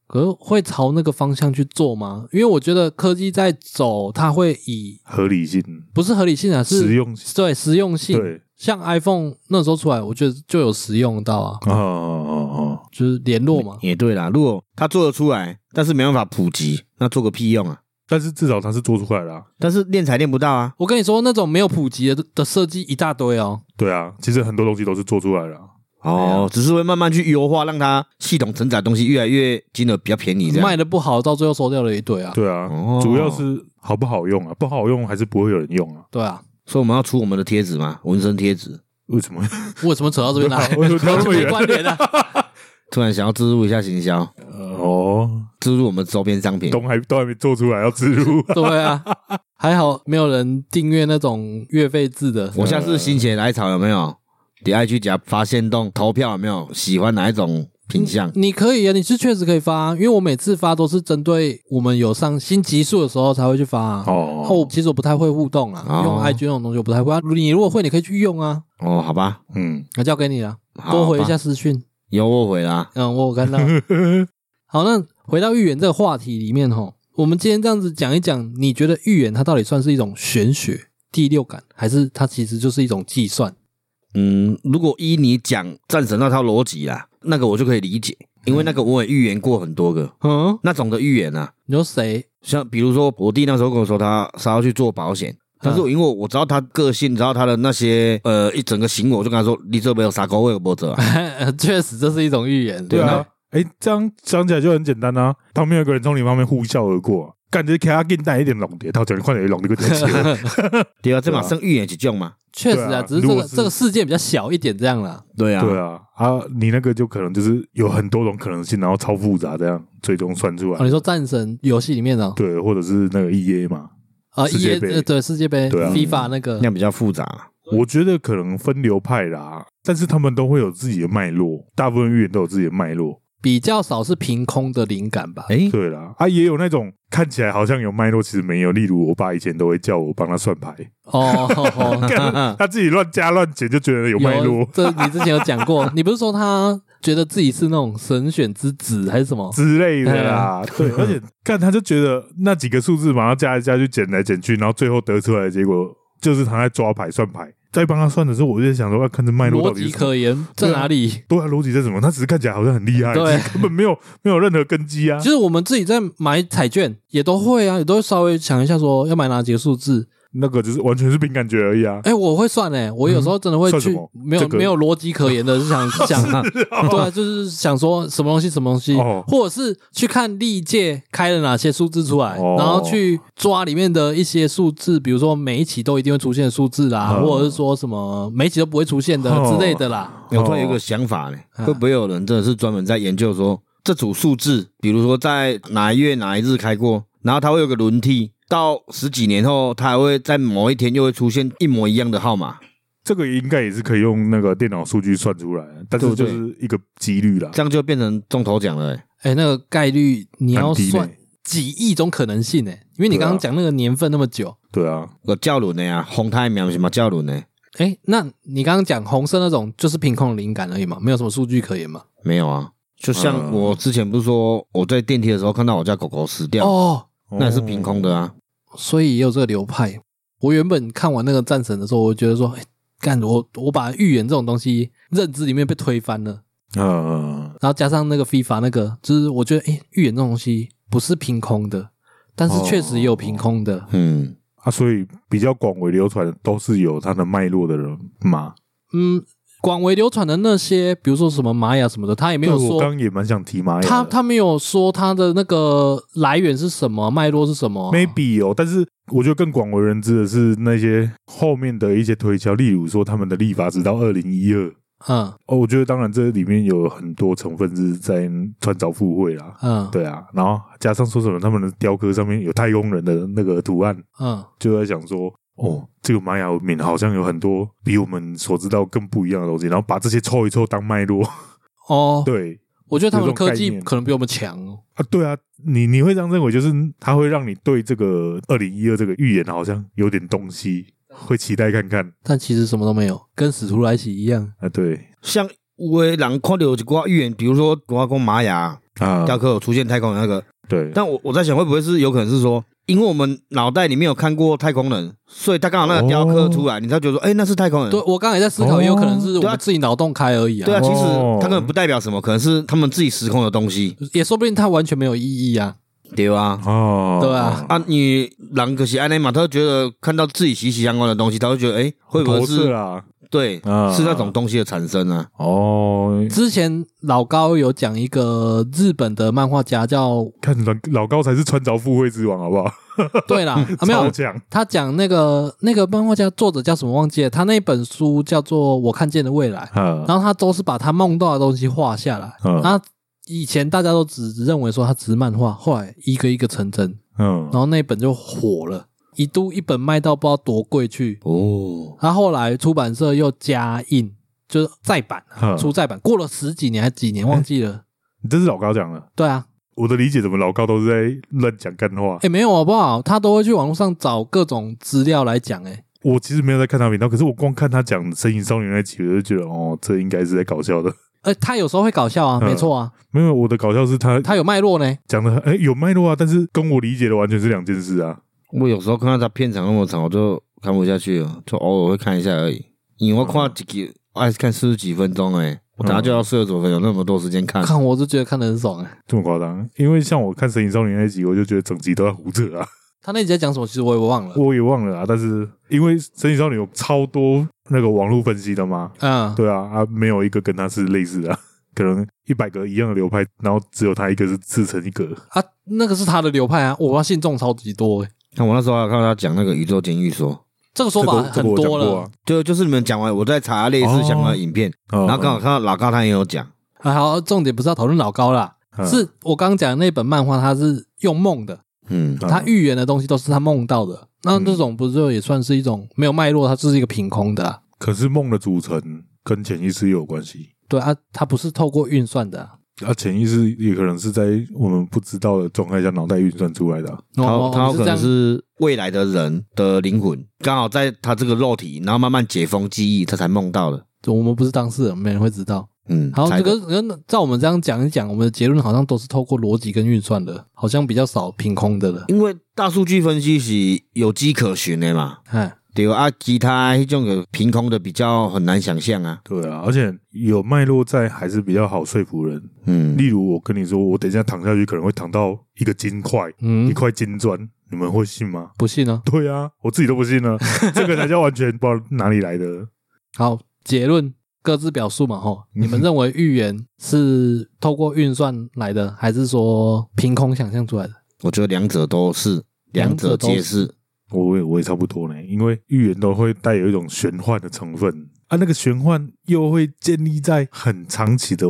[SPEAKER 1] 可是会朝那个方向去做吗？因为我觉得科技在走，它会以
[SPEAKER 3] 合理性、
[SPEAKER 1] 不是合理性啊，
[SPEAKER 3] 实
[SPEAKER 1] 是
[SPEAKER 3] 用性，
[SPEAKER 1] 对实用性。
[SPEAKER 3] 对
[SPEAKER 1] 像 iPhone 那时候出来，我觉得就有实用到啊，
[SPEAKER 3] 哦哦
[SPEAKER 1] 就是联络嘛。
[SPEAKER 2] 也对啦。如果他做得出来，但是没办法普及，那做个屁用啊！
[SPEAKER 3] 但是至少它是做出来了啊、
[SPEAKER 2] 但是练才练不到啊。
[SPEAKER 1] 我跟你说，那种没有普及的的设计一大堆哦。
[SPEAKER 3] 对啊，其实很多东西都是做出来了啊、
[SPEAKER 2] 哦，只是会慢慢去优化，让它系统承载的东西越来越金额比较便宜这样。
[SPEAKER 1] 卖的不好，到最后收掉了一堆啊。
[SPEAKER 3] 对啊，
[SPEAKER 2] 哦
[SPEAKER 3] 主要是好不好用啊？不好用还是不会有人用啊？
[SPEAKER 1] 对啊，
[SPEAKER 2] 所以我们要出我们的贴纸嘛，纹身贴纸。
[SPEAKER 3] 为什么？
[SPEAKER 1] 为什么扯到 这边来？
[SPEAKER 3] 为什么扯到这么远
[SPEAKER 1] 有什么关联啊？，
[SPEAKER 2] 突然想要植入一下行销，
[SPEAKER 3] 哦，
[SPEAKER 2] 植入我们周边商品。
[SPEAKER 3] 都还都还没做出来要植入
[SPEAKER 1] 对啊，还好没有人订阅那种月费制的。
[SPEAKER 2] 我下次心血来潮有没有？你 IG 夹发现动投票有没有？喜欢哪一种品相？
[SPEAKER 1] 你可以啊，你是确实可以发、啊，因为我每次发都是针对我们有上新集数的时候才会去发、啊。
[SPEAKER 3] 哦
[SPEAKER 1] 哦，其实我不太会互动啊，
[SPEAKER 2] 哦
[SPEAKER 1] 用 IG 那种东西我不太会、啊。你如果会，你可以去用啊，
[SPEAKER 2] 哦，好吧，
[SPEAKER 3] 嗯，
[SPEAKER 1] 我交给你了，
[SPEAKER 2] 哦好
[SPEAKER 1] 多回一
[SPEAKER 2] 吧
[SPEAKER 1] 下私讯。
[SPEAKER 2] 有我回啦。
[SPEAKER 1] 嗯，我有看到。好，那回到预言这个话题里面吼，我们今天这样子讲一讲，你觉得预言它到底算是一种玄学、第六感，还是它其实就是一种计算？
[SPEAKER 2] 嗯，如果依你讲战神那套逻辑啦，那个我就可以理解，因为那个我也预言过很多个
[SPEAKER 1] 嗯，
[SPEAKER 2] 那种的预言啊，
[SPEAKER 1] 你说谁？
[SPEAKER 2] 像比如说我弟那时候跟我说他他要去做保
[SPEAKER 1] 嗯
[SPEAKER 2] 险。但是我因为我知道他个性，知道他的那些呃一整个行为，我就跟他说：“你这没有啥狗，我有波 折啊。
[SPEAKER 1] 确实，这是一种预言。
[SPEAKER 2] 对
[SPEAKER 3] 啊
[SPEAKER 2] 啊，
[SPEAKER 3] 哎，这样想起来就很简单啊。旁边有个人从你旁边呼啸而过、啊，感觉给他给你带一点龙蝶，他讲你快点龙蝶给我”
[SPEAKER 2] 对啊，这马上预言几种嘛。
[SPEAKER 1] 确实
[SPEAKER 3] 对
[SPEAKER 1] 啊，
[SPEAKER 3] 啊
[SPEAKER 1] 只是这
[SPEAKER 3] 如
[SPEAKER 1] 个
[SPEAKER 3] 果是
[SPEAKER 1] 这个事件比较小一点，这样啦。
[SPEAKER 2] 对啊，
[SPEAKER 3] 对啊，啊，你那个就可能就是有很多种可能性，然后超复杂，这样最终算出
[SPEAKER 1] 哦，
[SPEAKER 3] 来。
[SPEAKER 1] 你说战神游戏里面哦，
[SPEAKER 3] 对，或者是那个 E A 嘛，
[SPEAKER 1] 啊，
[SPEAKER 3] 世
[SPEAKER 1] 一
[SPEAKER 3] 界杯
[SPEAKER 1] 呃对世界杯
[SPEAKER 3] 对啊
[SPEAKER 1] FIFA 那个
[SPEAKER 2] 那，样比较复杂。
[SPEAKER 3] 我觉得可能分流派啦，但是他们都会有自己的脉络，大部分预言都有自己的脉络。
[SPEAKER 1] 比较少是凭空的灵感吧？
[SPEAKER 2] 诶，
[SPEAKER 3] 对啦，啊，也有那种看起来好像有脉络，其实没有。例如，我爸以前都会叫我帮他算牌，
[SPEAKER 1] 哦，
[SPEAKER 2] 嗯
[SPEAKER 3] 他自己乱加乱减，就觉得有脉络
[SPEAKER 1] 这你之前有讲过，你不是说他觉得自己是那种神选之子还是什么？
[SPEAKER 3] 之类的啦。对，而且看他就觉得那几个数字马上加一加，就减来减去，然后最后得出来的结果就是他在抓牌算牌。在帮他算的时候，我就在想说，啊要看这脉络到
[SPEAKER 1] 逻
[SPEAKER 3] 底是
[SPEAKER 1] 辑
[SPEAKER 3] 什么
[SPEAKER 1] 可言在哪里？
[SPEAKER 3] 对啊，逻辑是什么？他只是看起来好像很厉害，
[SPEAKER 1] 对
[SPEAKER 3] 其实根本没有没有任何根基啊
[SPEAKER 1] 其。实我们自己在买彩券也都会啊，也都会稍微想一下说要买哪几个数字。
[SPEAKER 3] 那个就是完全是凭感觉而已啊。
[SPEAKER 1] 哎，我会算哎，我有时候真的会
[SPEAKER 3] 嗯算什
[SPEAKER 1] 去
[SPEAKER 3] 么
[SPEAKER 1] 没有
[SPEAKER 3] 这个
[SPEAKER 1] 没有逻辑可言的，就 想想，对啊，就是想说什么东西什么东西
[SPEAKER 3] 哦，
[SPEAKER 1] 或者是去看历届开了哪些数字出来，
[SPEAKER 3] 哦
[SPEAKER 1] 然后去抓里面的一些数字，比如说每一期都一定会出现的数字啦，
[SPEAKER 3] 哦
[SPEAKER 1] 或者是说什么每一期都不会出现的之类的啦。
[SPEAKER 2] 我突然有一个想法呢，会不会有人真的是专门在研究说这组数字，比如说在哪一月哪一日开过，然后它会有个轮替，到十几年后，它还会在某一天又会出现一模一样的号码，
[SPEAKER 3] 这个应该也是可以用那个电脑数据算出来，但是
[SPEAKER 2] 对
[SPEAKER 3] 就
[SPEAKER 2] 对
[SPEAKER 3] 是一个几率啦，
[SPEAKER 2] 这样就变成中头奖了欸。
[SPEAKER 1] 哎、那个概率你要
[SPEAKER 3] 很低啊呢
[SPEAKER 1] 算。几亿种可能性呢、欸因为你刚刚讲那个年份那么久，
[SPEAKER 3] 对啊，
[SPEAKER 2] 有教轮的呀，红太苗什么教轮呢？
[SPEAKER 1] 哎、那你刚刚讲红色那种就是凭空灵感而已嘛，没有什么数据可言嘛。
[SPEAKER 2] 没有啊，就像
[SPEAKER 3] 嗯
[SPEAKER 2] 我之前不是说我在电梯的时候看到我家狗狗死掉，
[SPEAKER 1] 哦，
[SPEAKER 2] 那也是凭空的啊。
[SPEAKER 1] 所以也有这个流派。我原本看完那个战神的时候，我觉得说，哎、干我我把预言这种东西认知里面被推翻了，
[SPEAKER 3] 哦。嗯，
[SPEAKER 1] 然后加上那个 FIFA 那个，就是我觉得，哎、预言这种东西不是凭空的，但是确实也有凭空的。
[SPEAKER 2] 嗯，
[SPEAKER 3] 啊，所以比较广为流传的都是有它的脉络的人嘛。
[SPEAKER 1] 嗯，广为流传的那些，比如说什么玛雅什么的，他也没有
[SPEAKER 3] 对我
[SPEAKER 1] 说
[SPEAKER 3] 刚刚也蛮想提玛雅的，
[SPEAKER 1] 他他没有说他的那个来源是什么，脉络是什么
[SPEAKER 3] maybe 哦，但是我觉得更广为人知的是那些后面的一些推敲，例如说他们的立法直到二零一二
[SPEAKER 1] 嗯
[SPEAKER 3] 哦，我觉得当然这里面有很多成分是在穿凿附会啦，
[SPEAKER 1] 嗯，
[SPEAKER 3] 对啊，然后加上说什么他们的雕刻上面有太空人的那个图案，
[SPEAKER 1] 嗯
[SPEAKER 3] 就在想说，哦，这个玛雅文明好像有很多比我们所知道更不一样的东西，然后把这些凑一凑当脉络，
[SPEAKER 1] 哦，
[SPEAKER 3] 对
[SPEAKER 1] 我觉得他们的科
[SPEAKER 3] 有这种
[SPEAKER 1] 技
[SPEAKER 3] 概念
[SPEAKER 1] 可能比我们强哦。
[SPEAKER 3] 啊，对啊，你你会这样认为，就是它会让你对这个二零一二这个预言好像有点东西，会期待看看
[SPEAKER 1] 但其实什么都没有，跟使徒来袭一样。
[SPEAKER 3] 啊，对
[SPEAKER 2] 像有的人看到有一寡预言，比如说我讲玛雅
[SPEAKER 3] 啊，
[SPEAKER 2] 雕刻有出现太空人那个，
[SPEAKER 3] 对，
[SPEAKER 2] 但我我在想会不会是有可能是说，因为我们脑袋里面有看过太空人，所以他刚好那个雕刻出来，你才觉得说，哎、那是太空人。
[SPEAKER 1] 对我刚才在思考，
[SPEAKER 3] 哦
[SPEAKER 1] 也有可能是我
[SPEAKER 2] 对啊
[SPEAKER 1] 们自己脑洞开而已啊。
[SPEAKER 2] 对啊，其实
[SPEAKER 3] 哦
[SPEAKER 2] 它根本不代表什么，可能是他们自己时空的东西，
[SPEAKER 1] 也说不定它完全没有意义啊。
[SPEAKER 2] 对吧？
[SPEAKER 3] 哦，
[SPEAKER 1] 对啊
[SPEAKER 2] 啊，你人可是安内嘛，他就觉得看到自己息息相关的东西，他会觉得，哎、会不会
[SPEAKER 3] 投射
[SPEAKER 2] 是
[SPEAKER 3] 啊？
[SPEAKER 2] 对、
[SPEAKER 3] 啊
[SPEAKER 2] 是那种东西的产生啊？
[SPEAKER 3] 哦，
[SPEAKER 1] 之前老高有讲一个日本的漫画家叫
[SPEAKER 3] 看老老高才是穿凿附会之王，好不好？
[SPEAKER 1] 对 啦，啊、没
[SPEAKER 3] 超
[SPEAKER 1] 有
[SPEAKER 3] 强
[SPEAKER 1] 他讲那个那个漫画家作者叫什么忘记了，他那本书叫做《我看见的未来》，
[SPEAKER 3] 啊，
[SPEAKER 1] 然后他都是把他梦到的东西画下来。
[SPEAKER 3] 嗯
[SPEAKER 1] 然后以前大家都只认为说他只是漫画，后来一个一个成真，
[SPEAKER 3] 嗯
[SPEAKER 1] 然，后那本就火了，一度一本卖到不知道多贵去。
[SPEAKER 2] 哦，
[SPEAKER 1] 他后来出版社又加印，就是再版啊
[SPEAKER 3] 嗯
[SPEAKER 1] 出再版，过了十几年还几年忘记了。
[SPEAKER 3] 这是老高讲的。
[SPEAKER 1] 对啊，
[SPEAKER 3] 我的理解，怎么老高都是在乱讲干话？
[SPEAKER 1] 哎，没有好不好？他都会去网络上找各种资料来讲，哎，
[SPEAKER 3] 我其实没有在看他频道，可是我光看他讲《神隐少女》那集，我就觉得哦，这应该是在搞笑的。
[SPEAKER 1] 呃，他有时候会搞笑啊，
[SPEAKER 3] 嗯
[SPEAKER 1] 没错啊，
[SPEAKER 3] 没有，我的搞笑是他
[SPEAKER 1] 他有脉络呢。
[SPEAKER 3] 讲的哎有脉络啊，但是跟我理解的完全是两件事啊。
[SPEAKER 2] 我有时候看到他片长那么长，我就看不下去了，就偶尔会看一下而已。因为我看几集，爱看四十几分钟、欸，哎，我等下就要四十九分，有那么多时间看。
[SPEAKER 1] 看我就觉得看得很爽哎。
[SPEAKER 3] 这么夸张？因为像我看《神隐少女》那集，我就觉得整集都在胡扯啊，
[SPEAKER 1] 他那集在讲什么？其实我也忘了。
[SPEAKER 3] 我也忘了啊。但是因为《神隐少女》有超多那个网络分析的嘛，
[SPEAKER 1] 嗯，
[SPEAKER 3] 对啊啊，没有一个跟他是类似的啊、 可能一百个一样的流派，然后只有他一个是自成一格。
[SPEAKER 1] 啊，那个是他的流派啊，我信众超级多哎。
[SPEAKER 2] 看我那时候还有看到他讲那个宇宙监狱说，
[SPEAKER 1] 这个说法很
[SPEAKER 3] 这个我这个
[SPEAKER 1] 多
[SPEAKER 3] 我讲过
[SPEAKER 1] 了
[SPEAKER 3] 啊。
[SPEAKER 2] 就就是你们讲完，我在查类似相关的影片，
[SPEAKER 3] 然
[SPEAKER 1] 嗯
[SPEAKER 2] 然后刚好看到老高他也有讲，
[SPEAKER 1] 啊，好，重点不是要讨论老高啦，
[SPEAKER 3] 嗯
[SPEAKER 1] 是我刚刚讲的那本漫画，它是用梦的，
[SPEAKER 2] 嗯，
[SPEAKER 1] 他预言的东西都是他梦到的。那这种不就也算是一种没有脉络，它就是一个凭空的啊、
[SPEAKER 3] 可是梦的组成跟潜意识也有关系，
[SPEAKER 1] 对啊，它不是透过运算的啊、
[SPEAKER 3] 啊，潜意识也可能是在我们不知道的状态下脑袋运算出来的啊、
[SPEAKER 1] 哦
[SPEAKER 2] 他
[SPEAKER 1] 哦
[SPEAKER 2] 他有
[SPEAKER 1] 你
[SPEAKER 2] 可
[SPEAKER 1] 这
[SPEAKER 2] 能
[SPEAKER 1] 样
[SPEAKER 2] 是未来的人的灵魂，刚好在他这个肉体，然后慢慢解封记忆，他才梦到的。
[SPEAKER 1] 我们不是当事人，没人会知道。
[SPEAKER 2] 嗯，
[SPEAKER 1] 好，
[SPEAKER 2] 猜
[SPEAKER 1] 这
[SPEAKER 2] 的
[SPEAKER 1] 个跟照我们这样讲一讲，我们的结论好像都是透过逻辑跟运算的，好像比较少凭空的了。
[SPEAKER 2] 因为大数据分析是有迹可循的嘛，
[SPEAKER 1] 哎，
[SPEAKER 2] 对啊，其他迄种个凭空的比较很难想象啊。
[SPEAKER 3] 对啊，而且有脉络在还是比较好说服人。
[SPEAKER 2] 嗯，
[SPEAKER 3] 例如我跟你说，我等一下躺下去可能会躺到一个金块，一
[SPEAKER 1] 嗯，
[SPEAKER 3] 块金砖，你们会信吗？
[SPEAKER 1] 不信哦呢、
[SPEAKER 3] 对啊，我自己都不信呢，这个才叫完全不知道哪里来的。
[SPEAKER 1] 好，结论各自表述嘛，吼，你们认为预言是透过运算来的，还是说凭空想象出来的？
[SPEAKER 2] 我觉得两者都是，两者皆是。
[SPEAKER 3] 我也我也差不多呢，因为预言都会带有一种玄幻的成分啊，那个玄幻又会建立在很长期的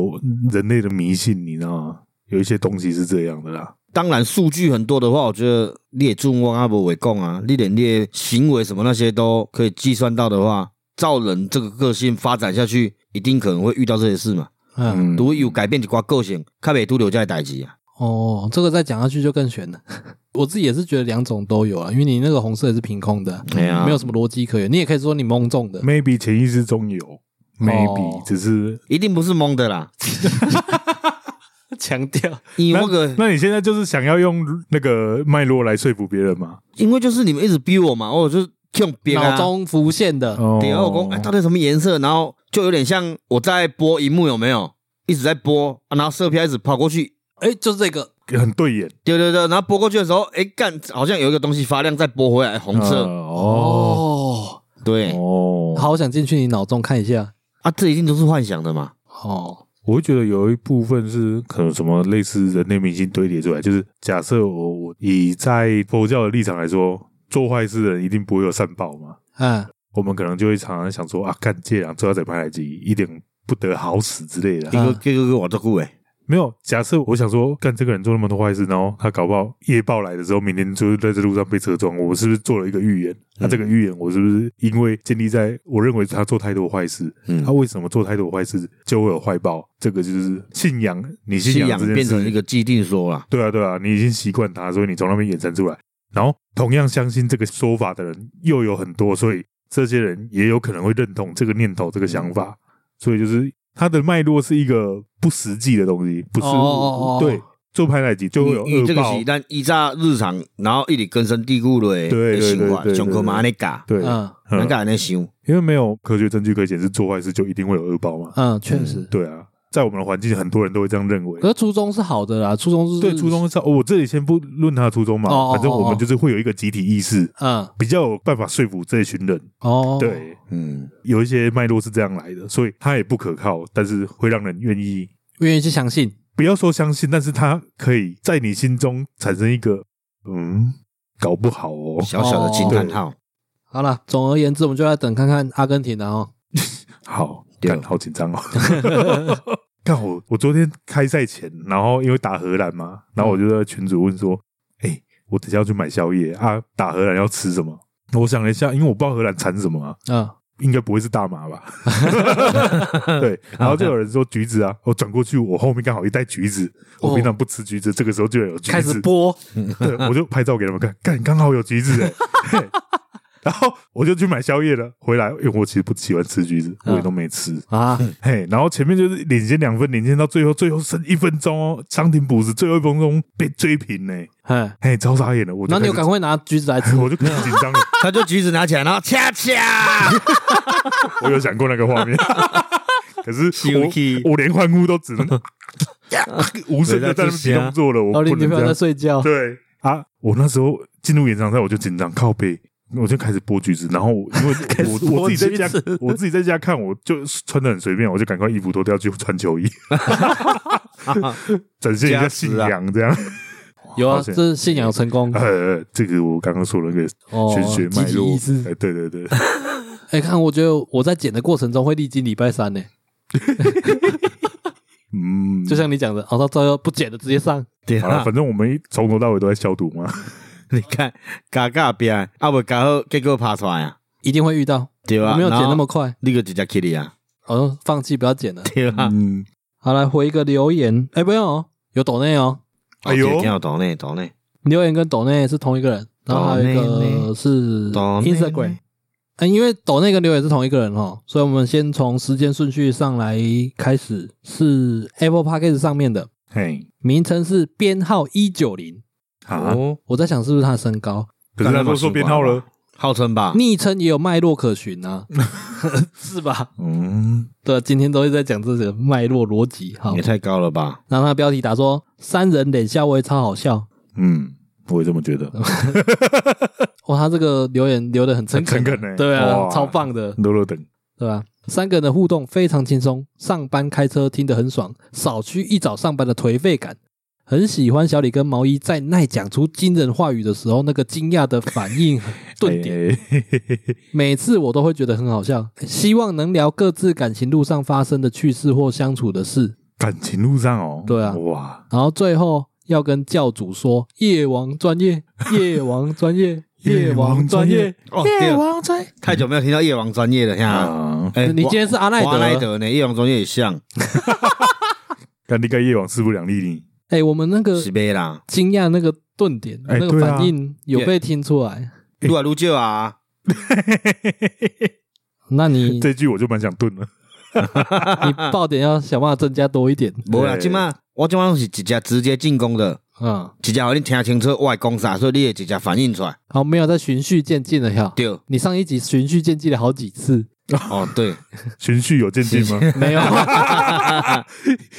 [SPEAKER 3] 人类的迷信，你知道吗？有一些东西是这样的啦，
[SPEAKER 2] 当然，数据很多的话，我觉得你也注我阿伯为供啊，你连你的行为什么那些都可以计算到的话，照人这个个性发展下去，一定可能会遇到这些事嘛。
[SPEAKER 1] 嗯，
[SPEAKER 2] 如果有改变一寡个性，较袂拄着这些代志啊。
[SPEAKER 1] 哦，这个再讲下去就更悬了。 我自己也是觉得两种都有啊，因为你那个红色也是凭空的，
[SPEAKER 3] 哎
[SPEAKER 2] 对啊
[SPEAKER 1] 没有什么逻辑可言。你也可以说你蒙中 的，
[SPEAKER 3] maybe 潜意识中有，maybe、
[SPEAKER 1] 哦
[SPEAKER 3] 只是。
[SPEAKER 2] 一定不是蒙的啦，
[SPEAKER 1] 强调
[SPEAKER 2] 因为
[SPEAKER 3] 那
[SPEAKER 2] 那个，
[SPEAKER 3] 那你现在就是想要用那个脉络来说服别人吗？
[SPEAKER 2] 因为就是你们一直逼我嘛，我就是用别啊
[SPEAKER 1] 脑，中浮现的，
[SPEAKER 3] 哦
[SPEAKER 2] 对啊，我讲哎，到底什么颜色？然后就有点像我在播荧幕有没有？一直在播，啊然后射票一直跑过去，
[SPEAKER 1] 哎、就是这个，
[SPEAKER 3] 哦很对眼，
[SPEAKER 2] 对对对，然后播过去的时候，哎干，好像有一个东西发亮，再播回来红
[SPEAKER 3] 呃
[SPEAKER 2] 色，
[SPEAKER 3] 哦
[SPEAKER 2] 对
[SPEAKER 3] 哦，
[SPEAKER 1] 好想进去你脑中看一下。
[SPEAKER 2] 啊，这一定都是幻想的嘛。
[SPEAKER 1] 哦，
[SPEAKER 3] 我会觉得有一部分是可能什么类似人类明星堆叠出来，就是假设我我以在佛教的立场来说，做坏事的人一定不会有善报嘛。
[SPEAKER 1] 嗯，
[SPEAKER 3] 我们可能就会常常想说啊，干这人做到怎么来及一点不得好死之类的啊、
[SPEAKER 2] 这个这个我做过诶，
[SPEAKER 3] 没有，假设我想说，干这个人做那么多坏事，然后他搞不好夜报来的时候，明天就是在这路上被车撞，我是不是做了一个预言？那、这个预言，我是不是因为建立在我认为他做太多坏事，
[SPEAKER 2] 嗯
[SPEAKER 3] 他为什么做太多坏事就会有坏报？这个就是信仰，你
[SPEAKER 2] 信
[SPEAKER 3] 仰
[SPEAKER 2] 仰
[SPEAKER 3] 这件
[SPEAKER 2] 变
[SPEAKER 3] 事
[SPEAKER 2] 成一个既定说啦。
[SPEAKER 3] 对啊，对啊，你已经习惯它，所以你从那边衍生出来。然后同样相信这个说法的人又有很多，所以这些人也有可能会认同这个念头、这个想法。所以就是它的脉络是一个不实际的东西，不是
[SPEAKER 1] 哦哦哦
[SPEAKER 3] 对做拍奶集就会有
[SPEAKER 2] 你你这
[SPEAKER 3] 恶
[SPEAKER 2] 个
[SPEAKER 3] 报
[SPEAKER 2] 是，咱依照日常，然后一直根深蒂固的
[SPEAKER 3] 对对
[SPEAKER 2] 的
[SPEAKER 3] 对
[SPEAKER 2] 想法
[SPEAKER 3] 对，对
[SPEAKER 2] 上课嘛安尼教，
[SPEAKER 3] 对，
[SPEAKER 1] 嗯
[SPEAKER 3] 嗯
[SPEAKER 2] 咱教安尼想，
[SPEAKER 3] 因为没有科学证据可以显示做坏事就一定会有恶报嘛。
[SPEAKER 1] 嗯，确实。
[SPEAKER 3] 对啊，在我们的环境，很多人都会这样认为
[SPEAKER 1] 可。是初衷是好的啦，初衷是
[SPEAKER 3] 对，初衷是，哦我这里先不论他的初衷嘛
[SPEAKER 1] 哦嗯哦哦，
[SPEAKER 3] 反正我
[SPEAKER 1] 哦
[SPEAKER 3] 们就是会有一个集体意识，
[SPEAKER 1] 嗯
[SPEAKER 3] 比较有办法说服这一群人。
[SPEAKER 1] 哦，
[SPEAKER 3] 对，
[SPEAKER 2] 嗯，
[SPEAKER 3] 有一些脉络是这样来的，所以它也不可靠，但是会让人愿意
[SPEAKER 1] 愿意去相信，
[SPEAKER 3] 不要说相信，但是它可以在你心中产生一个嗯，搞不好哦，
[SPEAKER 2] 小小的惊叹号，
[SPEAKER 1] 好了，总而言之，我们就来等看看阿根廷的哦。
[SPEAKER 3] 好，
[SPEAKER 2] 对
[SPEAKER 3] 干好紧张哦。 干我我昨天开赛前，然后因为打荷兰嘛，然后我就在群主问说，哎、我等一下要去买宵夜啊，打荷兰要吃什么？我想了一下，因为我不知道荷兰产什么啊，
[SPEAKER 1] 嗯，
[SPEAKER 3] 应该不会是大麻 吧？ 对，然后就有人说橘子啊，我转过去，我后面刚好一袋橘子，
[SPEAKER 1] 哦
[SPEAKER 3] 我平常不吃橘子，这个时候就有橘
[SPEAKER 1] 开始
[SPEAKER 3] 子，
[SPEAKER 1] 播，
[SPEAKER 3] 对，我就拍照给他们看，干，刚好有橘子 哎、嘿然后我就去买宵夜了，回来，因为我其实不喜欢吃橘子，我也都没吃，
[SPEAKER 1] 啊，
[SPEAKER 3] 嘿，然后前面就是领先两分，领先到最后，最后剩一分钟哦，伤停补时，最后一分钟被追平呢、
[SPEAKER 1] 嗯，
[SPEAKER 3] 嘿，超傻眼了，我就
[SPEAKER 1] 然后你有
[SPEAKER 3] 开
[SPEAKER 1] 赶
[SPEAKER 3] 始，
[SPEAKER 1] 快拿橘子来吃
[SPEAKER 3] 我就开始紧 张了，
[SPEAKER 2] 他就橘子拿起来，然后 恰恰，
[SPEAKER 3] 我有想过那个 画面，可是
[SPEAKER 2] 生气
[SPEAKER 3] 我我连欢呼都 只能 无声的在那边比动作了，我
[SPEAKER 1] 然后
[SPEAKER 3] 哦不
[SPEAKER 1] 哦你女
[SPEAKER 3] 能
[SPEAKER 1] 朋友
[SPEAKER 3] 这
[SPEAKER 1] 在
[SPEAKER 3] 样。
[SPEAKER 1] 睡觉，
[SPEAKER 3] 对啊，我那时候进入演唱赛我就紧张，靠背。我就开始剥橘子，然后我因为
[SPEAKER 2] 始
[SPEAKER 3] 我我
[SPEAKER 2] 剥
[SPEAKER 3] 自己在家
[SPEAKER 2] 橘子，
[SPEAKER 3] 我自己在家看，我就穿的很随便，我就赶快衣服脱掉去穿球衣，展现一下信仰这样。
[SPEAKER 1] 有啊，
[SPEAKER 3] 好险
[SPEAKER 1] 这是信仰成 功
[SPEAKER 3] 呃，这个我刚刚说了那个
[SPEAKER 1] 哦，
[SPEAKER 3] 玄学
[SPEAKER 1] 集
[SPEAKER 3] 脉
[SPEAKER 1] 体
[SPEAKER 3] 络
[SPEAKER 1] 意，识。
[SPEAKER 3] 哎，对对对，
[SPEAKER 1] 哎，看，我觉得我在剪的过程中会历经礼拜三呢，
[SPEAKER 3] 嗯，
[SPEAKER 1] 就像你讲的，哦，到最后不剪的直接上，
[SPEAKER 2] 对
[SPEAKER 3] 好了，
[SPEAKER 2] 啊，
[SPEAKER 3] 反正我们一从头到尾都在消毒嘛。
[SPEAKER 2] 你看，加加边，啊不加好，结果爬出来啊，
[SPEAKER 1] 一定会遇到，
[SPEAKER 2] 对
[SPEAKER 1] 我
[SPEAKER 3] 啊
[SPEAKER 2] 吧？
[SPEAKER 1] 没有剪那么，快，
[SPEAKER 2] 你个直接起你啊，
[SPEAKER 1] 哦，放弃不要剪了。
[SPEAKER 2] 对啊吧？
[SPEAKER 3] 嗯，
[SPEAKER 1] 好，来回一个留言，哎，不用哦，有抖内哦，
[SPEAKER 3] 哎呦
[SPEAKER 2] 挺好懂嘞，懂嘞，
[SPEAKER 1] 留言跟抖内是同一个人，然后还有一
[SPEAKER 2] 抖内
[SPEAKER 1] 个
[SPEAKER 2] 呢
[SPEAKER 1] 是
[SPEAKER 2] 懂嘞
[SPEAKER 1] Instagram。嗯，因为抖内跟留言是同一个人哦，所以我们先从时间顺序上来开始，是 Apple Podcast 上面的，
[SPEAKER 3] 嘿，
[SPEAKER 1] 名称是编号一九零，
[SPEAKER 3] 啊，
[SPEAKER 2] 哦，
[SPEAKER 1] 我在想是不是他的身高，
[SPEAKER 3] 可是他都说编号了，
[SPEAKER 2] 号称吧，
[SPEAKER 1] 昵称也有脉络可循 啊，是吧？
[SPEAKER 3] 嗯，
[SPEAKER 1] 对，啊今天都是在讲这个脉络逻辑。好
[SPEAKER 2] 也，太高了吧？
[SPEAKER 1] 然后他的标题打说“三人脸笑微超好笑
[SPEAKER 3] 嗯，我也这么觉得。”，
[SPEAKER 1] 哇，他这个留言留的很诚恳，
[SPEAKER 3] 很诚恳欸
[SPEAKER 1] 对啊，
[SPEAKER 3] 哇
[SPEAKER 1] 超棒的，
[SPEAKER 3] 乐乐等，
[SPEAKER 1] 对吧？三个人的互动非常轻松，上班开车听得很爽，少去一早上班的颓废感。很喜欢小李跟毛衣在奈讲出惊人话语的时候，那个惊讶的反应 顿点，
[SPEAKER 3] 点，嘿嘿嘿嘿
[SPEAKER 1] 每次我都会觉得很好笑。希望能聊各自感情路上发生的趣事或相处的事。
[SPEAKER 3] 感情路上哦，
[SPEAKER 1] 对啊
[SPEAKER 3] 哇，
[SPEAKER 1] 然后最后要跟教主说：“夜王专业，夜王专业，夜王专业，
[SPEAKER 2] 哦，
[SPEAKER 1] 夜
[SPEAKER 2] 对啊
[SPEAKER 1] 王专业。哦
[SPEAKER 2] 太久没有听到夜王专业了，呀。
[SPEAKER 3] 啊，
[SPEAKER 2] 哎，
[SPEAKER 1] 你今天是阿奈
[SPEAKER 2] 我阿奈
[SPEAKER 1] 德？
[SPEAKER 2] 德呢？夜王专业也像
[SPEAKER 3] 干你跟夜晚势不两立你，
[SPEAKER 1] 哎、我们那个
[SPEAKER 2] 是呗啦，
[SPEAKER 1] 惊讶那个顿点，
[SPEAKER 3] 哎
[SPEAKER 1] 那个
[SPEAKER 3] 对啊
[SPEAKER 1] 反应有被听出来。
[SPEAKER 2] 愈来愈少啊。
[SPEAKER 1] 那 你
[SPEAKER 3] 这句我就蛮想顿 了，
[SPEAKER 1] 你爆点要想办法增加多一点，
[SPEAKER 2] 无啦，
[SPEAKER 3] 对
[SPEAKER 2] 即马我即马拢是直接直接进攻的，
[SPEAKER 1] 嗯，
[SPEAKER 2] 直接互你听清楚我会讲啥，所以你会直接反应出来。
[SPEAKER 1] 好，没有在循序渐进的哈。
[SPEAKER 2] 对，
[SPEAKER 1] 你上一集循序渐进了好几次，
[SPEAKER 2] 哦 对，
[SPEAKER 3] 循序有渐进吗？
[SPEAKER 1] 没有？啊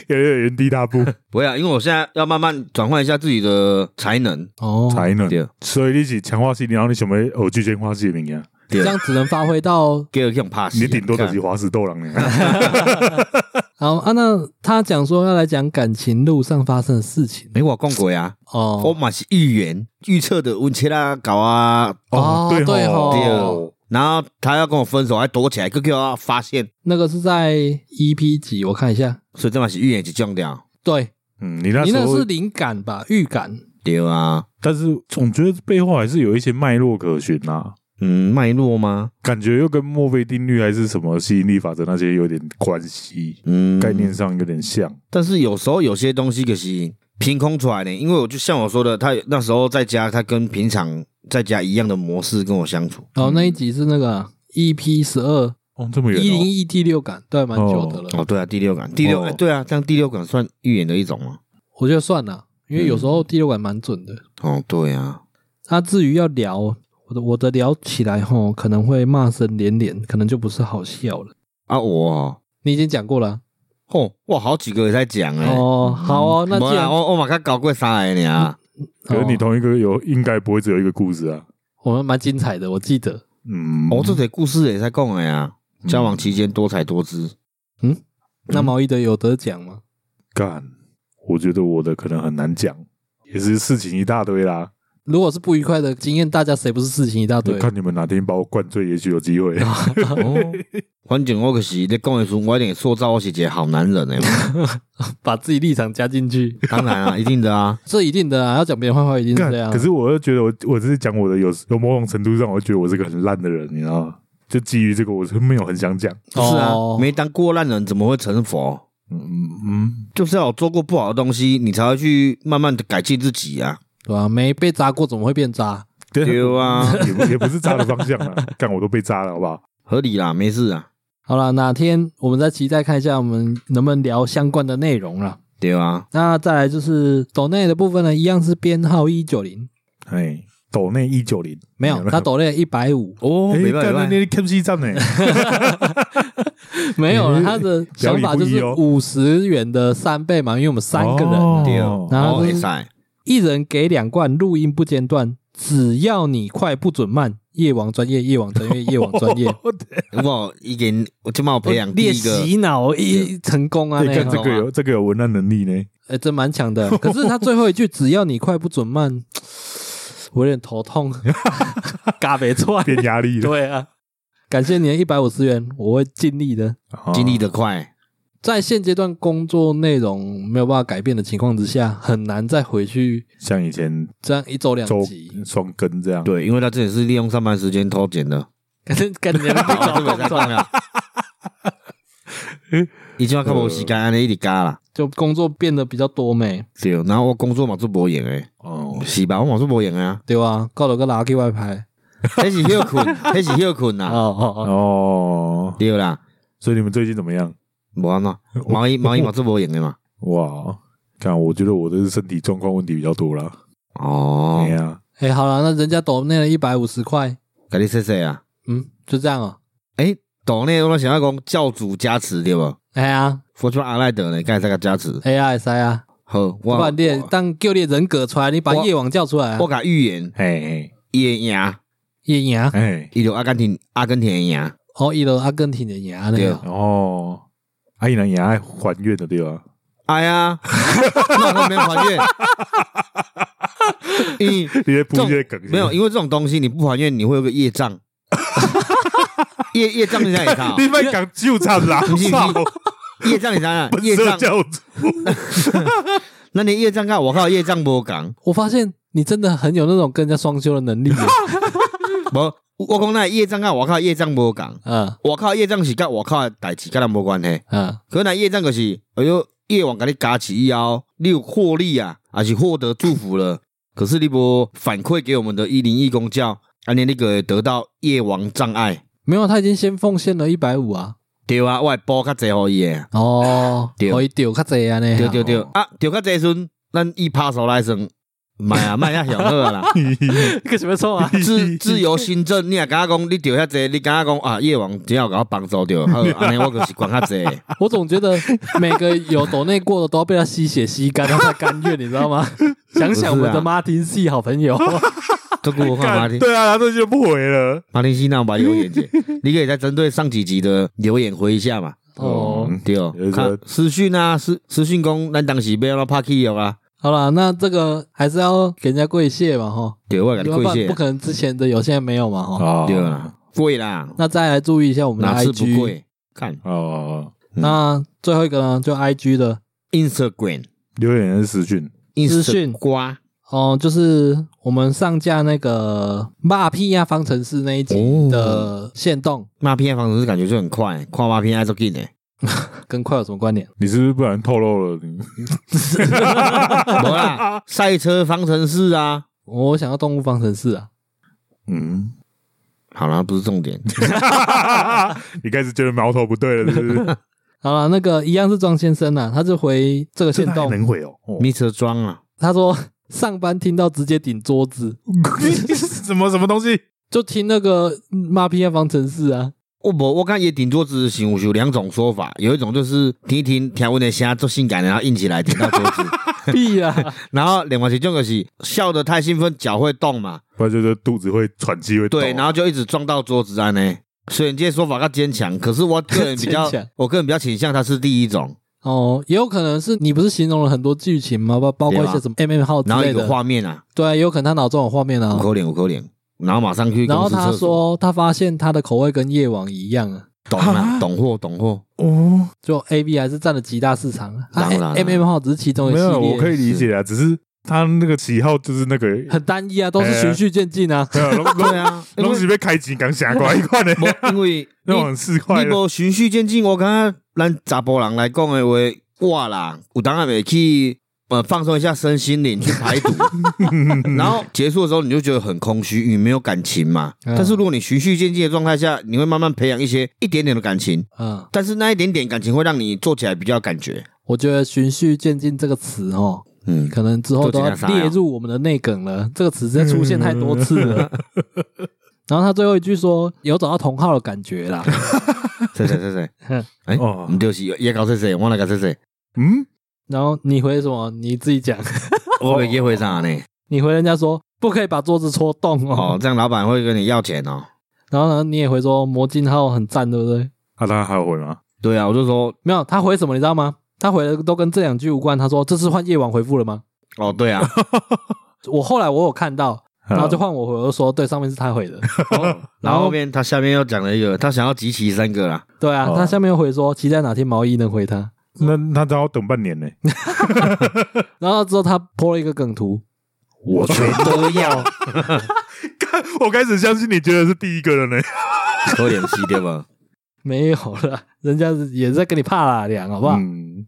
[SPEAKER 3] 有有原地踏步
[SPEAKER 1] 哦
[SPEAKER 2] 不会啊，因为我现在要慢慢转换一下自己的才能。
[SPEAKER 1] 哦，
[SPEAKER 3] 才能，
[SPEAKER 2] 对
[SPEAKER 3] 所以你是强化系，然后你想要偶剧先化系名啊，
[SPEAKER 1] 这样只能发挥到。
[SPEAKER 2] 给我用 pass，
[SPEAKER 1] 啊
[SPEAKER 3] 你顶多就是
[SPEAKER 2] 啊看
[SPEAKER 3] 滑石斗狼呢，
[SPEAKER 1] 好啊，那他讲说要来讲感情路上发生的事情
[SPEAKER 2] 没我讲过呀，
[SPEAKER 1] 哦
[SPEAKER 2] 我嘛是预言预测的，温切拉搞啊，
[SPEAKER 1] 哦
[SPEAKER 3] 对
[SPEAKER 1] 对吼
[SPEAKER 3] 吼，
[SPEAKER 2] 对，然后他要跟我分手，还躲起来，哥哥发现，
[SPEAKER 1] 那个是在 EP 几？我看一下。
[SPEAKER 2] 所以这嘛是预言是中掉，
[SPEAKER 1] 对
[SPEAKER 3] 嗯，你那
[SPEAKER 1] 你
[SPEAKER 3] 时
[SPEAKER 1] 那
[SPEAKER 3] 候
[SPEAKER 1] 是，灵感吧？预感
[SPEAKER 2] 对啊，
[SPEAKER 3] 但是总觉得背后还是有一些脉络可循啊，
[SPEAKER 2] 嗯，脉络吗？
[SPEAKER 3] 感觉又跟墨菲定律还是什么吸引力法则那些有点关系，
[SPEAKER 2] 嗯，
[SPEAKER 3] 概念上有点像。
[SPEAKER 2] 但是有时候有些东西可是凭空出来的，因为我就像我说的，他那时候在家，他跟平常在家一样的模式跟我相处。
[SPEAKER 1] 哦，那一集是那个 EP 十二
[SPEAKER 3] 哦，这么远、哦，
[SPEAKER 1] 一零一第六感，对，蛮久的了。
[SPEAKER 2] 哦，对啊，第六感，第六，
[SPEAKER 3] 哦
[SPEAKER 2] 哎对啊，这样第六感算预言的一种吗？
[SPEAKER 1] 我觉得算了，因为有时候第六感蛮准的。
[SPEAKER 2] 哦，对啊，
[SPEAKER 1] 那、至于要聊我的我的聊起来吼，可能会骂声连连，可能就不是好笑了。
[SPEAKER 2] 啊我哦，
[SPEAKER 1] 你已经讲过了
[SPEAKER 2] 哦，哇，好几个也在讲
[SPEAKER 1] 啊、
[SPEAKER 2] 哎、
[SPEAKER 1] 哦，好哦，那
[SPEAKER 2] 没
[SPEAKER 1] 既
[SPEAKER 2] 啦
[SPEAKER 1] 然、
[SPEAKER 2] 我我马刚搞过啥来呢？
[SPEAKER 3] 可是你
[SPEAKER 1] 哦
[SPEAKER 3] 同一个有应该不会只有一个故事啊。
[SPEAKER 1] 我们蛮精彩的，我记得
[SPEAKER 3] 嗯，
[SPEAKER 2] 哦，这些故事也在讲的
[SPEAKER 3] 嗯
[SPEAKER 2] 呀、交往期间多彩多姿，
[SPEAKER 1] 那毛一德有得奖吗？
[SPEAKER 3] 干，我觉得我的可能很难讲，也是事情一大堆啦。
[SPEAKER 1] 如果是不愉快的经验，大家谁不是事情一大堆？
[SPEAKER 3] 看你们哪天把我灌醉，也许有 机会。
[SPEAKER 2] 哦，反正我可是在讲的时候，我一定会塑造我是一个好男人哎、
[SPEAKER 1] 把自己立场加进去，
[SPEAKER 2] 当然啊，一定的啊，
[SPEAKER 1] 这一定的啊，要讲别人坏话一定是
[SPEAKER 3] 干
[SPEAKER 1] 这样。
[SPEAKER 3] 可是我又觉得我，我只是讲我的有，有某种程度上，我觉得我是个很烂的人，你知道吗？就基于这个，我是没有很想讲。
[SPEAKER 2] 不是啊，
[SPEAKER 1] 哦
[SPEAKER 2] 没当过烂人怎么会成佛？
[SPEAKER 3] 嗯 嗯，
[SPEAKER 2] 就是要有做过不好的东西，你才会去慢慢的改进自己啊。
[SPEAKER 1] 对吧、没被扎过怎么会变渣？
[SPEAKER 3] 对，
[SPEAKER 2] 对啊，
[SPEAKER 3] 也不也不是渣的方 向啊。干，我都被渣了，好不好？
[SPEAKER 2] 合理啦，没事啊。
[SPEAKER 1] 好了，哪天我们再期待看一下，我们能不能聊相关的内容了。
[SPEAKER 2] 对啊，
[SPEAKER 1] 那再来就是抖内的部分呢，一样是编号一九零，
[SPEAKER 3] 哎，抖内一九零
[SPEAKER 1] 没有，他抖内一百五，
[SPEAKER 2] 哦
[SPEAKER 3] 哎，
[SPEAKER 2] 没办
[SPEAKER 3] 干
[SPEAKER 2] 法，
[SPEAKER 3] 那
[SPEAKER 2] 没办
[SPEAKER 3] 那 K C 站呢？
[SPEAKER 1] 没有了。
[SPEAKER 3] 嗯
[SPEAKER 1] 他的想法就是
[SPEAKER 3] 表里
[SPEAKER 1] 五十元的三倍嘛，因为我们三个人啊、
[SPEAKER 3] 哦
[SPEAKER 2] 对
[SPEAKER 1] 然
[SPEAKER 2] 法。
[SPEAKER 1] 后
[SPEAKER 2] 哦，
[SPEAKER 1] 就
[SPEAKER 2] 没
[SPEAKER 1] 是
[SPEAKER 2] 赛，
[SPEAKER 1] 一人给两罐，录音不间断，只要你快不准慢。夜王专业，夜王专业，夜王专 业，
[SPEAKER 2] 我已经我这我培养第
[SPEAKER 1] 练
[SPEAKER 2] 一个，
[SPEAKER 1] 洗脑一成功啊！
[SPEAKER 3] 对，
[SPEAKER 1] 那
[SPEAKER 3] 干
[SPEAKER 1] 样
[SPEAKER 3] 这个有这个有文案能力呢。
[SPEAKER 1] 哎，真蛮强的。可是他最后一句“只要你快不准慢”，我有点头痛，嘎没错。
[SPEAKER 3] 变压力了，
[SPEAKER 1] 对啊，感谢你的一百五十元，我会尽力的。
[SPEAKER 3] 啊
[SPEAKER 2] 经历的快，
[SPEAKER 1] 在现阶段工作内容没有办法改变的情况之下，很难再回去
[SPEAKER 3] 像以前
[SPEAKER 1] 这样一周两
[SPEAKER 3] 周
[SPEAKER 1] 集，
[SPEAKER 3] 双更
[SPEAKER 1] 哦
[SPEAKER 3] 这样，
[SPEAKER 2] 对，因为他这也是利用上班时间偷剪的，
[SPEAKER 1] 感觉感觉
[SPEAKER 2] 好 这个太重要。一句话看无时间，安尼一直加啦。
[SPEAKER 1] 就工作变得比较多没，
[SPEAKER 2] 对，然后我工作嘛做无闲诶，
[SPEAKER 3] 哦，
[SPEAKER 2] 是吧？我嘛做无闲的啊，
[SPEAKER 1] 对吧？搞了个垃圾外拍，
[SPEAKER 2] 迄是休 困，迄是休困
[SPEAKER 1] 哦
[SPEAKER 2] 啦，
[SPEAKER 1] 哦哦，
[SPEAKER 3] 哦，
[SPEAKER 2] 对啦，
[SPEAKER 3] 所以你们最近怎么样？
[SPEAKER 2] 无安怎，毛
[SPEAKER 1] 哦
[SPEAKER 2] 衣毛衣嘛做无闲的嘛。
[SPEAKER 3] 哇，看我觉得我的身体状况问题比较多啦。
[SPEAKER 2] 哦
[SPEAKER 3] 哎，呀，
[SPEAKER 1] 哎，好了，那人家抖那了一百五十块，
[SPEAKER 2] 甲你说说啊。
[SPEAKER 1] 嗯，就这样哦。
[SPEAKER 2] 诶，岛内我想要讲教主加持对无？
[SPEAKER 1] 哎呀，
[SPEAKER 2] 佛祖阿赖德呢，该这个加持。
[SPEAKER 1] 哎呀，塞啊！
[SPEAKER 2] 好，
[SPEAKER 1] 不
[SPEAKER 2] 我
[SPEAKER 1] 然你会
[SPEAKER 2] 我
[SPEAKER 1] 当叫你的人格出来，你把
[SPEAKER 2] 我
[SPEAKER 1] 夜王叫出来啊
[SPEAKER 2] 我，甲预言，
[SPEAKER 3] 哎
[SPEAKER 2] 伊会赢，
[SPEAKER 1] 夜赢
[SPEAKER 3] 哎哎，
[SPEAKER 2] 伊就阿根廷，阿根廷会赢。
[SPEAKER 1] 哦，伊就阿根廷的赢那
[SPEAKER 2] 对
[SPEAKER 1] 个
[SPEAKER 2] 啊
[SPEAKER 3] 哦，阿姨娘也爱还愿的对吧？
[SPEAKER 2] 哎呀，那我没有还愿。因为
[SPEAKER 3] 你在铺
[SPEAKER 2] 这
[SPEAKER 3] 一些
[SPEAKER 2] 种
[SPEAKER 3] 梗，
[SPEAKER 2] 没有，因为这种东西你不还愿，你会有个 业障。业业障你才会看哦，
[SPEAKER 3] 你卖讲就差啦，
[SPEAKER 2] 不是
[SPEAKER 3] 操，
[SPEAKER 2] 业障你才会看，业
[SPEAKER 3] 本色
[SPEAKER 2] 障，
[SPEAKER 3] 教主，
[SPEAKER 2] 那你业障看，我靠，业障无讲，
[SPEAKER 1] 我发现你真的很有那种跟人家双修的能 力耶，
[SPEAKER 2] 无我讲那业障看，我靠，业障无讲，
[SPEAKER 1] 嗯
[SPEAKER 2] 我靠，业障是甲我靠的代志，甲咱无关系。
[SPEAKER 1] 嗯，
[SPEAKER 2] 可那业障就是，哎呦，业王给你加起以后，你有获利啊，还是获得祝福了。可是你不反馈给我们的一零一公教，安尼你个会得到业王障碍，
[SPEAKER 1] 没有，他已经先奉献了一百五啊，
[SPEAKER 2] 对啊，我会补较济互伊诶，
[SPEAKER 1] 哦，
[SPEAKER 2] 对
[SPEAKER 1] 可以丢较济啊呢，
[SPEAKER 2] 对 对对，啊，对较济阵，咱一拍手来算，卖啊卖啊上好啊啦，
[SPEAKER 1] 个什么错啊？
[SPEAKER 2] 自自由新政，你也敢讲你对遐济，你敢讲啊，业王只要甲我帮助着，好，安尼我就是管较济，
[SPEAKER 1] 我总觉 得每个有抖内过的都要被他吸血吸干，让他甘愿，你知道 吗？想想我们的
[SPEAKER 2] 不啊
[SPEAKER 1] Martin 系好朋 友，
[SPEAKER 2] 这个我看马
[SPEAKER 3] 干
[SPEAKER 2] 丁
[SPEAKER 3] 对啊，这就不回了。
[SPEAKER 2] 马丁西那把留 言姐，你可以再针对上几集的留言回一下嘛。
[SPEAKER 1] 哦，
[SPEAKER 3] 嗯
[SPEAKER 2] 对哦
[SPEAKER 3] 有一，个
[SPEAKER 2] 看私讯啊，私私讯讲咱当时要安怎拍气哦啊，
[SPEAKER 1] 好啦，那这个还是要给人家跪谢嘛，哈，
[SPEAKER 2] 对，我甲你
[SPEAKER 1] 要不
[SPEAKER 2] 跪
[SPEAKER 1] 然
[SPEAKER 2] 谢
[SPEAKER 1] 不，可能之前的有，现在没有嘛，哈。
[SPEAKER 3] 啊
[SPEAKER 2] 哦对啦，贵啦，
[SPEAKER 1] 那再来注意一下我们的
[SPEAKER 2] 哪次不嗯
[SPEAKER 1] IG。
[SPEAKER 2] 贵？看
[SPEAKER 3] 哦，
[SPEAKER 1] 那最后一个呢，就 IG 的
[SPEAKER 2] Instagram，
[SPEAKER 3] 留言还是私讯，
[SPEAKER 1] 资讯
[SPEAKER 2] Instagram 瓜
[SPEAKER 1] 哦、就是我们上架那个骂屁呀啊方程式那一集的限动，
[SPEAKER 2] 骂偏爱方程式感觉就很快，跨骂偏爱就进 嘞。
[SPEAKER 1] 跟快有什么关联？
[SPEAKER 3] 你是不是不然透露了你？
[SPEAKER 2] 没啦，赛车方程式啊。
[SPEAKER 1] 我想要动物方程式啊，
[SPEAKER 3] 嗯，
[SPEAKER 2] 好啦，不是重 点。
[SPEAKER 3] 你开始觉得苗头不对了，是不是？
[SPEAKER 1] 好了，那个一样是庄先生啊，他就回这个
[SPEAKER 3] 这
[SPEAKER 1] 线
[SPEAKER 3] 他还
[SPEAKER 1] 动，
[SPEAKER 3] 能回哦，哦
[SPEAKER 2] Mr. 庄啊，
[SPEAKER 1] 他说 上班听到直接顶桌子，
[SPEAKER 3] 什么什么东西？
[SPEAKER 1] 就听那个嗯骂屁呀方程式 啊，
[SPEAKER 2] 我无我看也顶桌子是有有两种说法，有一种就是听一听条纹的虾做性感的，然后硬起来顶到桌 子，
[SPEAKER 1] 屁啊，
[SPEAKER 2] 然后另外一种就是笑得太兴奋，脚会动嘛，
[SPEAKER 3] 不然就是肚子会喘气会抖
[SPEAKER 1] 啊
[SPEAKER 2] 对，然后就一直撞到桌子啊呢。所以你这些说法较坚强，可是我个人比较
[SPEAKER 1] 坚强，
[SPEAKER 2] 我个人比较倾向它是第一种，
[SPEAKER 1] 哦，也有可能是你不是形容了很多剧情吗？包包括一些什么 M M 号之
[SPEAKER 2] 啊然后
[SPEAKER 1] 类
[SPEAKER 2] 有个
[SPEAKER 1] 的，
[SPEAKER 2] 画面啊，
[SPEAKER 1] 对啊，也有可能他脑中有画面
[SPEAKER 2] 五
[SPEAKER 1] 啊。
[SPEAKER 2] 口脸五口脸，然后马上去
[SPEAKER 1] 然
[SPEAKER 2] 公
[SPEAKER 1] 后
[SPEAKER 2] 司
[SPEAKER 1] 他
[SPEAKER 2] 厕所，
[SPEAKER 1] 说，他发现他的口味跟夜王一样啊，
[SPEAKER 2] 懂了，懂货 懂货，
[SPEAKER 3] 哦，
[SPEAKER 1] 就 A B 还是占了极大市场啊。
[SPEAKER 2] 当然啊
[SPEAKER 1] M M 号只是其中一
[SPEAKER 3] 没
[SPEAKER 1] 个
[SPEAKER 3] 有，
[SPEAKER 1] 系
[SPEAKER 3] 我可
[SPEAKER 1] 列，
[SPEAKER 3] 以理解啊，只是他那个喜好就是那个，
[SPEAKER 1] 很单一啊，都是循序渐进啊。
[SPEAKER 3] 没有龙龙
[SPEAKER 2] 对啊，因
[SPEAKER 3] 龙
[SPEAKER 2] 为
[SPEAKER 3] 是被开机刚下过一块的，
[SPEAKER 2] 没 因为
[SPEAKER 3] 那种很市侩
[SPEAKER 2] 你
[SPEAKER 3] 的，
[SPEAKER 2] 无循序渐进，我感觉咱查甫人来讲的话，我啦，有当然袂去呃放松一下身心灵去排 毒，然后结束的时候你就觉得很空虚，你没有感情嘛。
[SPEAKER 1] 嗯
[SPEAKER 2] 但是如果你循序渐进的状态下，你会慢慢培养一些一点点的感情，
[SPEAKER 1] 嗯，
[SPEAKER 2] 但是那一点点感情会让你做起来比较有感觉。
[SPEAKER 1] 我觉得“循序渐进”这个词哦，
[SPEAKER 2] 嗯，
[SPEAKER 1] 可能之后都要
[SPEAKER 2] 都尽量杀呀
[SPEAKER 1] 列入我们的内梗了。这个词实在出现太多次了。 然后他最后一句说：“有找到同号的感觉啦。
[SPEAKER 2] 谁谁谁谁，哎
[SPEAKER 3] 哦
[SPEAKER 2] 你就是也搞谁谁，我来搞谁谁，
[SPEAKER 3] 嗯，”
[SPEAKER 1] 然后你回什么？你自己讲。
[SPEAKER 2] 我也会啥呢？
[SPEAKER 1] 你回人家说不可以把桌子戳动哦，
[SPEAKER 2] 哦，这样老板会跟你要钱哦。
[SPEAKER 1] 然后呢你也回说魔镜号很赞，对不对？
[SPEAKER 3] 啊，他还有回吗？
[SPEAKER 2] 对啊，我就说，
[SPEAKER 1] 没有，他回什么你知道吗？他回的都跟这两句无关。他说这次换夜晚回复了吗？
[SPEAKER 2] 哦，对啊，
[SPEAKER 1] 我后来我有看到，
[SPEAKER 3] 嗯
[SPEAKER 1] 然
[SPEAKER 3] 啊
[SPEAKER 1] 后就换我回，我就说对，上面是他回的。
[SPEAKER 2] 哦然后后面他下面又讲了一个，他想要集齐三个啦。
[SPEAKER 1] 对啊
[SPEAKER 3] 哦，
[SPEAKER 1] 他下面又回说期待哪天毛衣能回他。
[SPEAKER 3] 那那他要等半年 呢，
[SPEAKER 1] 然后之后他泼了一个梗图，
[SPEAKER 2] 我全都要，
[SPEAKER 3] 我开始相信你觉得是第一个了呢。
[SPEAKER 2] 喝点西对吧？
[SPEAKER 1] 没有了，人家是也在跟你怕啦凉，好不好？
[SPEAKER 3] 嗯，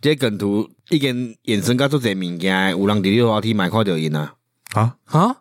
[SPEAKER 2] 这梗图已经衍生到做侪物件，有人伫溜滑梯买看到因啊，
[SPEAKER 3] 啊，
[SPEAKER 1] 啊，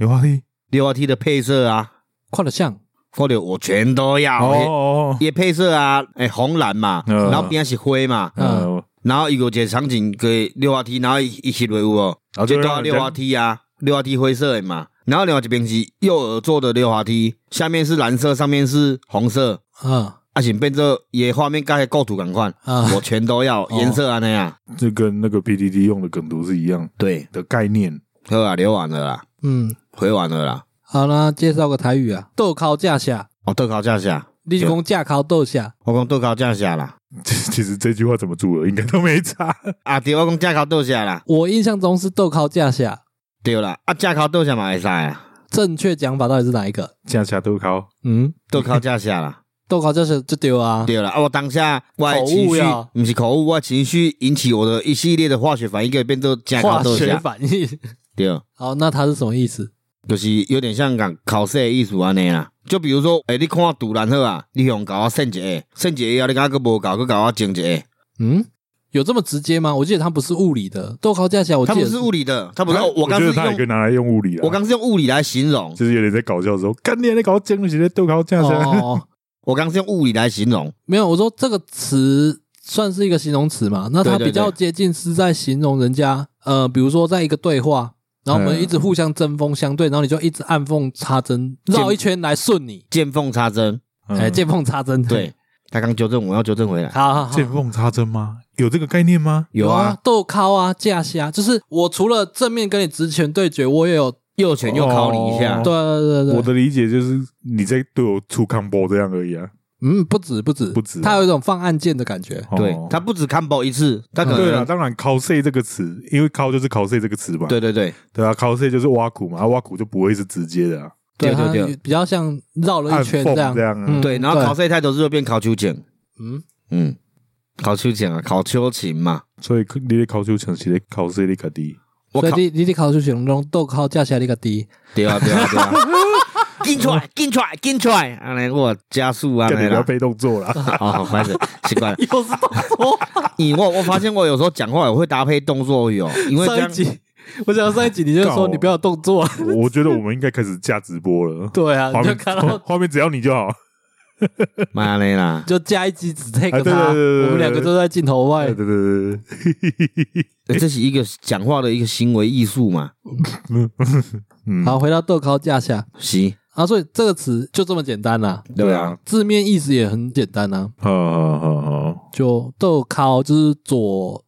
[SPEAKER 3] 有话题
[SPEAKER 2] 溜滑梯的配色啊，
[SPEAKER 1] 快得像
[SPEAKER 2] 看到我全都要。哦
[SPEAKER 3] 哦哦，
[SPEAKER 2] 也配色啊，诶、红蓝嘛，
[SPEAKER 3] 嗯
[SPEAKER 2] 然后边是灰嘛，
[SPEAKER 3] 呃，
[SPEAKER 2] 然后有一个场景给溜滑梯，然后一起落有哦，
[SPEAKER 3] 然后就
[SPEAKER 2] 就
[SPEAKER 3] 会
[SPEAKER 2] 到
[SPEAKER 3] 让人
[SPEAKER 2] 溜
[SPEAKER 3] 家
[SPEAKER 2] 滑梯啊，溜滑梯灰色的嘛，然后另外一边是右耳做的溜滑梯，下面是蓝色，上面是红色，
[SPEAKER 1] 啊
[SPEAKER 2] 啊，是变做也画面甲迄构图共款，
[SPEAKER 1] 啊，
[SPEAKER 2] 我全都要颜色安尼啊。
[SPEAKER 3] 这跟那个 PDD 用的梗图是一样
[SPEAKER 2] 对，
[SPEAKER 3] 的概念。
[SPEAKER 2] 好啊，留完了啦，
[SPEAKER 1] 嗯，
[SPEAKER 2] 回完了啦。
[SPEAKER 1] 好啦，介绍个台语啊，豆烤架下，
[SPEAKER 2] 哦，豆烤架下，
[SPEAKER 1] 立功架烤豆下，
[SPEAKER 2] 我讲豆烤架下啦。
[SPEAKER 3] 其实这句话怎么组合应该都没差。
[SPEAKER 2] 啊，对，我讲架烤豆下啦。
[SPEAKER 1] 我印象中是豆烤架下，
[SPEAKER 2] 对啦，啊，架烤豆下嘛会使啊，
[SPEAKER 1] 正确讲法到底是哪一个？
[SPEAKER 3] 恰恰都考，
[SPEAKER 1] 嗯，
[SPEAKER 2] 豆烤架下 啦。
[SPEAKER 1] 豆烤架下就丢啊，
[SPEAKER 2] 对啦，啊，我当下我的情
[SPEAKER 1] 口误
[SPEAKER 2] 绪
[SPEAKER 1] 呀，
[SPEAKER 2] 不是口误，我的情绪引起我的一系列的化学反应，就会变做架
[SPEAKER 1] 化
[SPEAKER 2] 烤豆
[SPEAKER 1] 学
[SPEAKER 2] 下。
[SPEAKER 1] 反应。
[SPEAKER 2] 对，
[SPEAKER 1] 好，那它是什么意思？
[SPEAKER 2] 就是有点像讲考试的意思安尼啦。就比如说，诶、你看独蓝好啊，你用甲我剩一下，剩一下后你敢个无够，佮甲我整一下。
[SPEAKER 1] 嗯，有这么直接吗？我记得它不是物理的，豆烤架下，我
[SPEAKER 2] 它
[SPEAKER 1] 记
[SPEAKER 2] 不
[SPEAKER 1] 得
[SPEAKER 2] 是物理的，它不是。哦我刚
[SPEAKER 3] 觉得
[SPEAKER 2] 是
[SPEAKER 3] 他也可以
[SPEAKER 2] 用，
[SPEAKER 3] 拿来用物理啊。
[SPEAKER 2] 我刚是用物理来形容，
[SPEAKER 3] 就是有点在搞笑的时候，干你在搞真的在都考恰
[SPEAKER 1] 哦
[SPEAKER 3] 恰。
[SPEAKER 1] 哦，哦
[SPEAKER 2] 我刚是用物理来形容。
[SPEAKER 1] 没有，我说这个词算是一个形容词嘛？那它
[SPEAKER 2] 对对对
[SPEAKER 1] 比较接近是在形容人家，呃，比如说在一个对话。然后我们
[SPEAKER 3] 嗯
[SPEAKER 1] 一直互相针锋相对，然后你就一直暗讽插针，绕一圈来顺你，
[SPEAKER 2] 见缝插针。
[SPEAKER 3] 嗯
[SPEAKER 1] 哎，见缝插针。，
[SPEAKER 2] 对，他刚纠正我，要纠正回来。
[SPEAKER 1] 好好好，
[SPEAKER 3] 见缝插针吗？有这个概念吗？
[SPEAKER 2] 有啊，，
[SPEAKER 1] 豆靠啊，架虾，就是我除了正面跟你直拳对决，我也有
[SPEAKER 2] 右拳又敲你一下
[SPEAKER 3] 哦。
[SPEAKER 1] 对对对啊
[SPEAKER 3] 我
[SPEAKER 1] 对对，
[SPEAKER 3] 的理解就是你在对我出 combo 这样而已啊。
[SPEAKER 1] 嗯，不止不止
[SPEAKER 3] 不止啊
[SPEAKER 1] 它有一种放按键的感觉，
[SPEAKER 3] 哦
[SPEAKER 2] 对他不止 combo 一次，他可
[SPEAKER 3] 对啊，
[SPEAKER 2] 能
[SPEAKER 3] 当然 cos 这个词，因为 cos 就是 cos 这个词嘛。
[SPEAKER 2] 对对对，
[SPEAKER 3] 对啊，cos 就是挖苦嘛，啊挖苦就不会是直接的啊。
[SPEAKER 2] 对
[SPEAKER 1] 它
[SPEAKER 2] 对对
[SPEAKER 1] 比较像绕了
[SPEAKER 3] 暗
[SPEAKER 1] 一圈
[SPEAKER 3] 讽
[SPEAKER 1] 这样，
[SPEAKER 3] 这样啊
[SPEAKER 1] 嗯
[SPEAKER 2] 对，然后考赛态都是又变考秋景，
[SPEAKER 1] 嗯，
[SPEAKER 2] 嗯，考秋景啊，考秋琴嘛，
[SPEAKER 3] 所以你咧考秋成是咧考试咧家己，
[SPEAKER 2] 我
[SPEAKER 1] 所以
[SPEAKER 2] 考
[SPEAKER 1] 你你得考出选中都靠架起来那个低，
[SPEAKER 2] 对啊对啊对啊，进出来进出来进出来，安尼我加速啊，
[SPEAKER 3] 干你
[SPEAKER 2] 来
[SPEAKER 3] 不要
[SPEAKER 2] 啦，
[SPEAKER 3] 被动作啦。
[SPEAKER 2] 哦，反正奇怪了，
[SPEAKER 1] 又是动作。
[SPEAKER 2] 因为我我发现我有时候讲话我会搭配动作语哦，因为
[SPEAKER 1] 上
[SPEAKER 2] 这
[SPEAKER 1] 一
[SPEAKER 2] 样
[SPEAKER 1] 集，我想上一集你就
[SPEAKER 3] 搞
[SPEAKER 1] 说你不要有动作，。
[SPEAKER 3] 我觉得我们应该开始架直播了
[SPEAKER 1] 对啊，
[SPEAKER 3] 画
[SPEAKER 1] 你就
[SPEAKER 3] 面
[SPEAKER 1] 看到
[SPEAKER 3] 画面只要你就好，
[SPEAKER 2] 妈嘞啦，
[SPEAKER 1] 就加一集只 take
[SPEAKER 3] 哎对对
[SPEAKER 1] 他，
[SPEAKER 3] 对对对
[SPEAKER 1] 我们两个都在镜头外
[SPEAKER 3] 对，对对对，
[SPEAKER 2] 欸这是一个讲话的一个行为艺术嘛，
[SPEAKER 3] 嗯，
[SPEAKER 1] 好，回到豆高架下
[SPEAKER 2] 是，
[SPEAKER 1] 啊，所以这个词就这么简单啦、
[SPEAKER 2] 对啊，
[SPEAKER 1] 字面意思也很简单啊，
[SPEAKER 3] 好好好好，
[SPEAKER 1] 就豆高就是左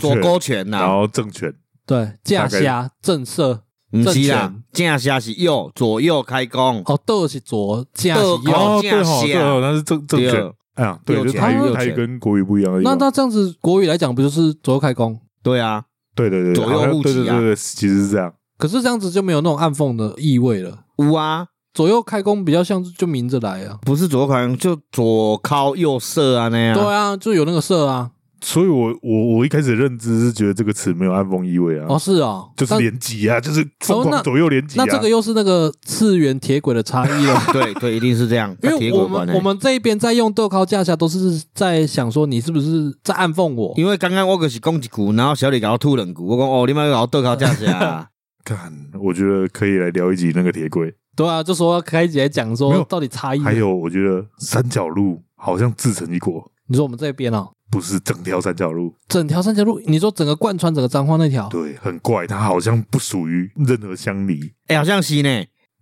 [SPEAKER 3] 左
[SPEAKER 2] 左
[SPEAKER 3] 勾拳
[SPEAKER 2] 勾拳
[SPEAKER 3] 然
[SPEAKER 2] 呐，
[SPEAKER 3] 后正拳，
[SPEAKER 1] 对架
[SPEAKER 3] 大概
[SPEAKER 1] 下震慑
[SPEAKER 2] 不是啦
[SPEAKER 1] 正，
[SPEAKER 2] 正下是右，左右开弓，
[SPEAKER 1] 哦，豆是左架是
[SPEAKER 2] 豆
[SPEAKER 1] 右，
[SPEAKER 2] 高
[SPEAKER 3] 哦对吼
[SPEAKER 2] 架
[SPEAKER 3] 对吼，那是正正
[SPEAKER 2] 对
[SPEAKER 3] 拳，哎呀，对，
[SPEAKER 2] 右
[SPEAKER 3] 就
[SPEAKER 2] 拳
[SPEAKER 3] 台语
[SPEAKER 2] 右
[SPEAKER 3] 台语
[SPEAKER 2] 拳
[SPEAKER 3] 跟国语不一样而已嘛。
[SPEAKER 1] 那那这样子国语来讲不就是左右开弓？
[SPEAKER 2] 对啊，
[SPEAKER 3] 对对对，
[SPEAKER 2] 左右
[SPEAKER 3] 好像
[SPEAKER 2] 互
[SPEAKER 3] 对
[SPEAKER 2] 击
[SPEAKER 3] 对
[SPEAKER 2] 啊
[SPEAKER 3] 对对，其实是这样。
[SPEAKER 1] 可是这样子就没有那种暗讽的意味了。
[SPEAKER 2] 有啊，
[SPEAKER 1] 左右开弓比较像是就明着来啊，
[SPEAKER 2] 不是左款就左靠右射啊那样，
[SPEAKER 1] 对啊，就有那个射啊，
[SPEAKER 3] 所以我我我一开始认知是觉得这个词没有暗讽意味啊，
[SPEAKER 1] 哦是哦，
[SPEAKER 3] 就是
[SPEAKER 1] 那
[SPEAKER 3] 连击啊，就是疯
[SPEAKER 1] 哦那
[SPEAKER 3] 狂左右连击啊。
[SPEAKER 1] 那这个又是那个次元铁轨的差异 了。
[SPEAKER 2] 对对，一定是这样，
[SPEAKER 1] 因为
[SPEAKER 2] 铁轨
[SPEAKER 1] 我
[SPEAKER 2] 关
[SPEAKER 1] 们
[SPEAKER 2] 欸
[SPEAKER 1] 我们这一边在用豆靠架下，都是在想说你是不是在暗讽我？
[SPEAKER 2] 因为刚刚我可是讲一句，然后小李给我吐两句，我讲哦，你妈给我倒靠架下，
[SPEAKER 3] 干，我觉得可以来聊一集那个铁轨，
[SPEAKER 1] 对啊，就说要开起来讲
[SPEAKER 3] 没
[SPEAKER 1] 说
[SPEAKER 3] 有
[SPEAKER 1] 到底差异。啊
[SPEAKER 3] 还有我觉得三角路好像自成一国，
[SPEAKER 1] 你说我们这边啊，
[SPEAKER 3] 不是整条三角路，
[SPEAKER 1] 整条三峡路，你说整个贯穿整个彰化那条，
[SPEAKER 3] 对，很怪，它好像不属于任何乡里，
[SPEAKER 2] 哎，好像是呢，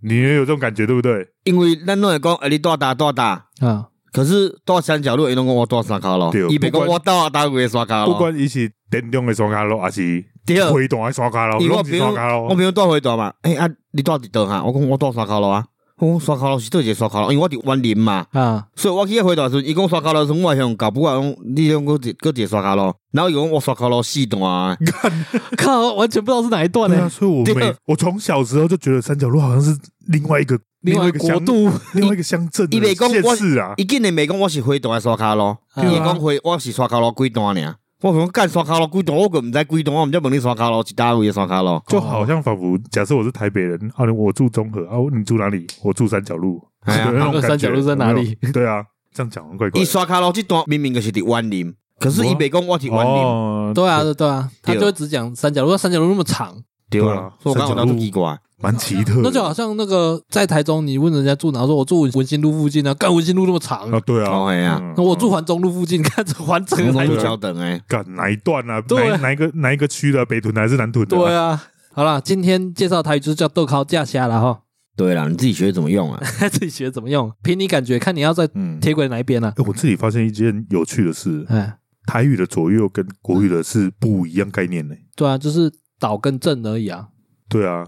[SPEAKER 3] 你也有这种感觉对不对？
[SPEAKER 2] 因为咱拢会讲，哎，你多大多大，
[SPEAKER 1] 啊，
[SPEAKER 2] 可是多三角路，伊拢讲我多三卡咯
[SPEAKER 3] 对，
[SPEAKER 2] 伊别
[SPEAKER 3] 不
[SPEAKER 2] 讲
[SPEAKER 3] 管
[SPEAKER 2] 我倒啊倒个三卡
[SPEAKER 3] 不
[SPEAKER 2] 咯，
[SPEAKER 3] 管伊是电动的双卡路，还是
[SPEAKER 2] 对。啊
[SPEAKER 3] 回弹的双卡路，
[SPEAKER 2] 因为
[SPEAKER 3] 拢
[SPEAKER 2] 我朋
[SPEAKER 3] 是
[SPEAKER 2] 友
[SPEAKER 3] 双卡，
[SPEAKER 2] 我
[SPEAKER 3] 路。啊
[SPEAKER 2] 朋友带回答嘛，哎、啊，你带伫倒哈？我讲我带山骹路啊，我讲山骹路是倒一个山骹路，因为我伫园林嘛，
[SPEAKER 1] 啊，
[SPEAKER 2] 所以我去那回答的时阵，伊讲山骹路的时阵，我向搞不过讲你讲个个一个山骹路，然后伊讲我山骹路四段啊，
[SPEAKER 1] 靠，完全不知道是哪一段
[SPEAKER 3] 对
[SPEAKER 1] 呢、
[SPEAKER 3] 啊，所以我
[SPEAKER 2] 对
[SPEAKER 3] 每我从小时候就觉得三角路好像是另外一个
[SPEAKER 1] 另外
[SPEAKER 3] 外
[SPEAKER 1] 一
[SPEAKER 3] 一
[SPEAKER 1] 个
[SPEAKER 3] 个
[SPEAKER 1] 国
[SPEAKER 3] 乡
[SPEAKER 1] 度，
[SPEAKER 3] 另外一个乡镇
[SPEAKER 2] 伊
[SPEAKER 3] 的
[SPEAKER 2] 袂讲
[SPEAKER 3] 县
[SPEAKER 2] 我
[SPEAKER 3] 市啊，
[SPEAKER 2] 伊竟然袂讲我是回答的山骹路，
[SPEAKER 1] 对
[SPEAKER 3] 啊
[SPEAKER 2] 伊讲回我是山骹路几段尔。我想干山骹路几段，我个毋知几段，我毋知问你山骹路是搭位的山骹路。
[SPEAKER 3] 就好像仿佛假设我是台北人啊，我住中和啊，你住哪里？我住三角路，
[SPEAKER 2] 哎呀
[SPEAKER 3] 有那种感觉
[SPEAKER 1] 三角路在哪里
[SPEAKER 3] 有没有对啊，这样讲很怪怪
[SPEAKER 2] 伊
[SPEAKER 3] 的。
[SPEAKER 2] 山骹路即段明明就是伫园林，可是伊袂讲我伫园林，
[SPEAKER 3] 哦，
[SPEAKER 1] 对啊，对啊，他
[SPEAKER 2] 对
[SPEAKER 1] 就会只讲三角路，那三角路那么长，
[SPEAKER 2] 对
[SPEAKER 3] 对
[SPEAKER 2] 啊
[SPEAKER 3] 啊，
[SPEAKER 2] 所以我感
[SPEAKER 3] 三
[SPEAKER 2] 觉
[SPEAKER 3] 角
[SPEAKER 2] 到
[SPEAKER 3] 路
[SPEAKER 2] 很奇怪。
[SPEAKER 3] 蛮奇特的。
[SPEAKER 1] 那就好像那个在台中，你问人家住哪，说我住文心路附近啊，干文心路那么长，
[SPEAKER 3] 啊，对
[SPEAKER 2] 哦哎呀
[SPEAKER 3] 啊，嗯
[SPEAKER 1] 那我住环中路附近， 看着环整个
[SPEAKER 2] 红
[SPEAKER 1] 台
[SPEAKER 2] 红
[SPEAKER 1] 中
[SPEAKER 2] 路桥等诶，
[SPEAKER 3] 干哪一段啊？
[SPEAKER 1] 对
[SPEAKER 3] 哪哪一个哪一个区的啊？北屯的还是南屯的？
[SPEAKER 1] 对，啊，好啦，今天介绍台语就是叫豆靠架虾了 哈，
[SPEAKER 2] 对啦，你自己学怎么用啊？
[SPEAKER 1] 自己学怎么用，凭你感觉，看你要在
[SPEAKER 3] 嗯。
[SPEAKER 1] 铁轨哪一边了、啊。
[SPEAKER 3] 哎我自己发现一件有趣的事，
[SPEAKER 1] 哎，
[SPEAKER 3] 台语的左右跟国语的是不一样概念呢。
[SPEAKER 1] 对啊，就是岛跟镇而已啊，
[SPEAKER 3] 对啊，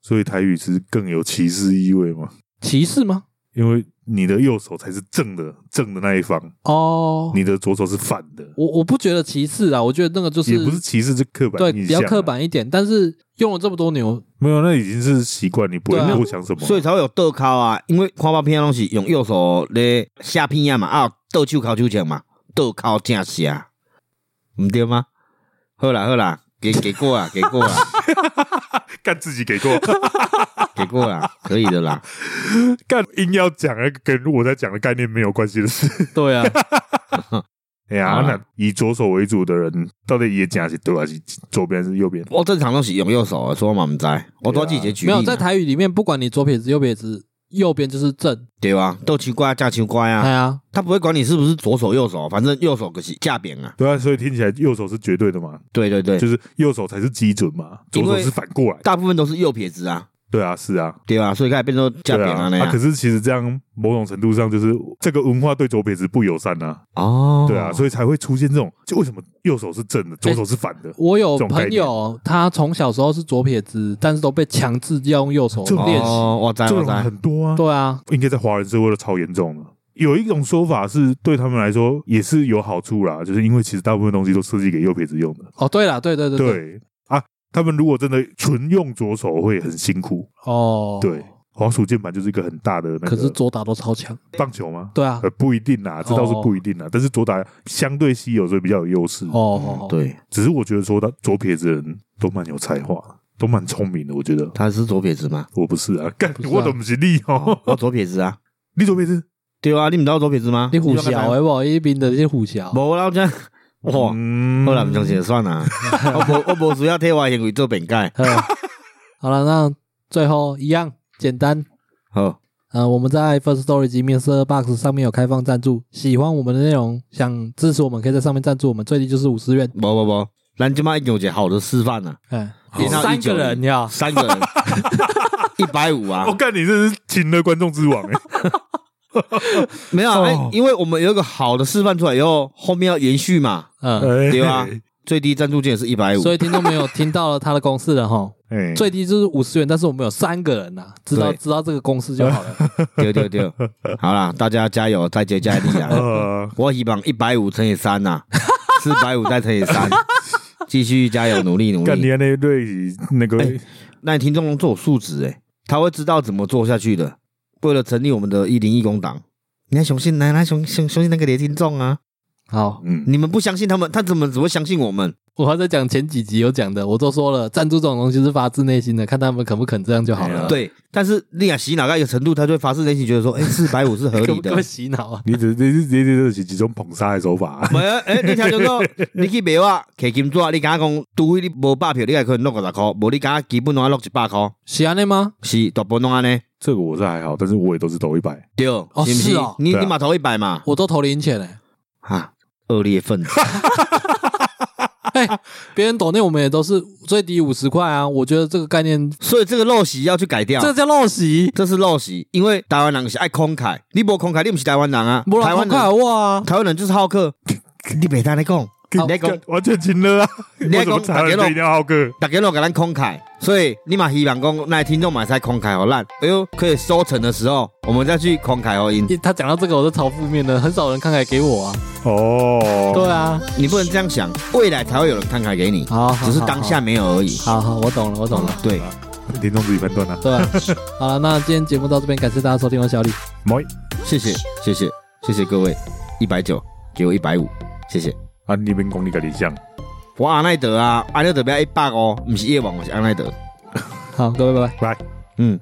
[SPEAKER 3] 所以台语是更有歧视意味嘛，
[SPEAKER 1] 歧视吗？
[SPEAKER 3] 因为你的右手才是正的，正的那一方，
[SPEAKER 1] 哦，
[SPEAKER 3] 你的左手是反的。
[SPEAKER 1] 我我不觉得歧视啊，我觉得那个就是
[SPEAKER 3] 也不是歧视，这刻板
[SPEAKER 1] 对
[SPEAKER 3] 印
[SPEAKER 1] 比
[SPEAKER 3] 象啊
[SPEAKER 1] 较刻板一点，但是用了这么多年，我
[SPEAKER 3] 没有，那已经是习惯，你不
[SPEAKER 1] 对啊
[SPEAKER 3] 会多想什么。
[SPEAKER 2] 所以才会有倒靠啊，因为看包片拢是用右手咧下片啊嘛，啊有倒手靠手枪嘛，倒靠正下，毋对吗？好啦好啦，给给过啊， 给过啊，
[SPEAKER 3] 干自己给过，
[SPEAKER 2] 给过啊，可以的啦，
[SPEAKER 3] 干硬要讲那个跟我在讲的概念没有关系的事。
[SPEAKER 1] 对啊，
[SPEAKER 3] 哎呀，
[SPEAKER 2] 好啦
[SPEAKER 3] 那以左手为主的人，到底也讲是对还是左边还是右边？
[SPEAKER 2] 我正常拢是用右手的，所以我嘛毋知，我多自己啊举
[SPEAKER 1] 没
[SPEAKER 3] 啊
[SPEAKER 2] 例
[SPEAKER 1] 有在
[SPEAKER 2] 嘛，
[SPEAKER 1] 台语里面，不管你左撇子右撇子，右边就是正，
[SPEAKER 2] 对啊，倒手乖正手乖
[SPEAKER 1] 哎
[SPEAKER 2] 啊，
[SPEAKER 1] 呀，
[SPEAKER 2] 他不会管你是不是左手右手，反正右手就是架扁啊，
[SPEAKER 3] 对啊，所以听起来右手是绝对的嘛，
[SPEAKER 2] 对对对
[SPEAKER 3] 就，是右手才是基准嘛，
[SPEAKER 2] 因
[SPEAKER 3] 左
[SPEAKER 2] 为
[SPEAKER 3] 手是反过来。
[SPEAKER 2] 大部分都是右撇子啊，
[SPEAKER 3] 对啊，是啊，
[SPEAKER 2] 对啊，所以开始变成架
[SPEAKER 3] 对
[SPEAKER 2] 扁
[SPEAKER 3] 啊。
[SPEAKER 2] 啊那
[SPEAKER 3] 啊可
[SPEAKER 2] 样，
[SPEAKER 3] 是其实这样某种程度上就是这个文化对左撇子不友善啊。
[SPEAKER 2] 哦
[SPEAKER 3] 对啊，所以才会出现这种，就为什么右手是正的，左手是反的？
[SPEAKER 1] 我有
[SPEAKER 3] 这种概
[SPEAKER 1] 朋
[SPEAKER 3] 念
[SPEAKER 1] 友，他从小时候是左撇子，但是都被强制要用右手
[SPEAKER 3] 这种
[SPEAKER 1] 练习，
[SPEAKER 2] 哦，我知
[SPEAKER 3] 这
[SPEAKER 2] 我
[SPEAKER 3] 种
[SPEAKER 2] 知。
[SPEAKER 3] 很多啊，
[SPEAKER 1] 对啊，
[SPEAKER 3] 应该在华人社会都超严重的。有一种说法是对他们来说也是有好处啦，就是因为其实大部分东西都设计给右撇子用的。
[SPEAKER 1] 哦，对了，对对对，
[SPEAKER 3] 对啊，他们如果真的纯用左手会很辛苦。
[SPEAKER 1] 哦，
[SPEAKER 3] 对，黄鼠键盘就是一个很大的那
[SPEAKER 1] 可是
[SPEAKER 3] 个
[SPEAKER 1] 左打都超强，
[SPEAKER 3] 棒球吗？
[SPEAKER 1] 对啊，
[SPEAKER 3] 呃，不一定啦，这倒是不一定啦。但是左打相对稀有，所以比较有优势。
[SPEAKER 1] 哦，，
[SPEAKER 2] 嗯对，
[SPEAKER 3] 只是我觉得说他左撇子的人都蛮有才华的，都蛮聪明的。我觉得
[SPEAKER 2] 他是左撇子嘛，
[SPEAKER 3] 我不是啊，干
[SPEAKER 1] 不是啊
[SPEAKER 3] 我怎么是你哦？
[SPEAKER 2] 我左撇子啊，
[SPEAKER 3] 你左撇子？
[SPEAKER 2] 对啊，你唔知道我左撇子吗？
[SPEAKER 1] 你虎小诶，无一边的你虎小，
[SPEAKER 2] 无啦，我讲，哇，
[SPEAKER 3] 嗯
[SPEAKER 2] 后来唔相信就 算啦，我无我无需要替我的行为做辩解，
[SPEAKER 1] 嗯好了，那最后一样简单。
[SPEAKER 2] 好，
[SPEAKER 1] 呃，我们在 First Story 及 Mr. Box 上面有开放赞助，喜欢我们的内容，想支持我们，可以在上面赞助我们，最低就是五十元。
[SPEAKER 2] 无无无，咱即摆已经有一个好的示范了，
[SPEAKER 1] 哎，
[SPEAKER 2] 一到
[SPEAKER 1] 三个
[SPEAKER 2] 19
[SPEAKER 1] 人呀，
[SPEAKER 2] 三 个人，一百五啊
[SPEAKER 3] 我，哦干你这是请了观众之王哎！
[SPEAKER 2] 没有啊，
[SPEAKER 3] 哦
[SPEAKER 2] 哎因为我们有一个好的示范出来以后，后面要延续嘛，
[SPEAKER 1] 嗯，
[SPEAKER 3] 哎
[SPEAKER 2] 对啊，最低赞助金也是一百五，
[SPEAKER 1] 所以听众朋友听到了他的公式了 哈，
[SPEAKER 3] 哎，
[SPEAKER 1] 最低就是五十元，但是我们有三个人呐、啊知道
[SPEAKER 2] 对
[SPEAKER 1] 知道这个公式就 好了。
[SPEAKER 2] 对对对，好啦，大家加油，再接 再厉
[SPEAKER 1] 哦
[SPEAKER 2] 啊！
[SPEAKER 3] 呃，
[SPEAKER 2] 我希望一百五乘以三呐，四百五再乘以 三，继续加油，努力努
[SPEAKER 3] 干你
[SPEAKER 2] 力。
[SPEAKER 3] 那一对那个
[SPEAKER 2] 哎那听众做有素质诶，他会知道怎么做下去的。为了成立我们的一零一工党，你要相信，来来相相相信那个听众啊！
[SPEAKER 1] 好，
[SPEAKER 3] 嗯，
[SPEAKER 2] 你们不相信他们，他怎么只会相信我们？
[SPEAKER 1] 我还在讲前几集有讲的，我都说了，赞助这种东西是发自内心的，看他们肯不肯这样就好
[SPEAKER 3] 哎呀
[SPEAKER 1] 了。，
[SPEAKER 2] 对，但是你想洗脑到一个程度，他就会发自内心觉得说，哎，四百五是合
[SPEAKER 1] 可
[SPEAKER 2] 理
[SPEAKER 1] 不 可
[SPEAKER 2] 的
[SPEAKER 1] 以。洗脑啊？
[SPEAKER 3] 你只你你你这是几种捧杀的手法啊？
[SPEAKER 2] 没有，哎，你听就说， 你去卖我摕金纸，你敢讲，除非你无百票，你还可能落五十块，无你敢基本拢要落一百块。
[SPEAKER 1] 洗安内吗？
[SPEAKER 2] 是大部分拢安尼，
[SPEAKER 3] 这个我是还好，但是我也都是投一百。
[SPEAKER 2] 对，
[SPEAKER 1] 哦
[SPEAKER 2] 是不
[SPEAKER 1] 是哦
[SPEAKER 2] 你
[SPEAKER 3] 对啊
[SPEAKER 2] 你码头一百嘛，
[SPEAKER 1] 我都投零钱嘞、
[SPEAKER 2] 哈，恶劣分子，
[SPEAKER 1] 别人抖内我们也都是最低五十块啊。我觉得这个概念，
[SPEAKER 2] 所以这个陋习要去改掉
[SPEAKER 1] 这，个叫陋习，
[SPEAKER 2] 这是陋习，因为台湾人是爱慷慨，你无慷慨，你不是台湾人啊
[SPEAKER 1] 不，
[SPEAKER 2] 台
[SPEAKER 1] 然
[SPEAKER 2] 湾
[SPEAKER 1] 快
[SPEAKER 2] 人，
[SPEAKER 1] 哇啊！
[SPEAKER 2] 台湾人就是好 客，你别当你讲，
[SPEAKER 1] 好
[SPEAKER 2] 你讲
[SPEAKER 3] 干完全请了 啊！
[SPEAKER 2] 你
[SPEAKER 3] 为
[SPEAKER 2] 还
[SPEAKER 3] 什
[SPEAKER 2] 讲
[SPEAKER 3] 么台湾人一定要好哥？
[SPEAKER 2] 大家都给咱慷慨，所以你嘛希望讲那听众嘛在慷慨好烂，哎呦，可以收成的时候，我们再去慷慨好赢，
[SPEAKER 1] 一他讲到这个，我是超负面的，很少人看开给我啊。
[SPEAKER 3] 哦，
[SPEAKER 1] 对啊，
[SPEAKER 2] 你不能这样想，未来才会有人慷慨给你，
[SPEAKER 1] 好，好
[SPEAKER 2] 只是当下。没有而已。
[SPEAKER 1] 好好好，我懂了，我懂了。
[SPEAKER 2] 对，
[SPEAKER 3] 听众自己判断啊啦。
[SPEAKER 1] 对吧？好了，那今天节目到这边，感谢大家收听，我是小李，
[SPEAKER 3] 没
[SPEAKER 2] 谢谢谢谢谢谢各位，一百九给我一百五，谢谢。
[SPEAKER 3] 啊，你们讲你个理想，
[SPEAKER 2] 我阿奈德啊，阿奈德不要一百哦，不是夜晚，我是阿奈德。
[SPEAKER 1] 好，各位拜拜。
[SPEAKER 3] 来。
[SPEAKER 2] 嗯。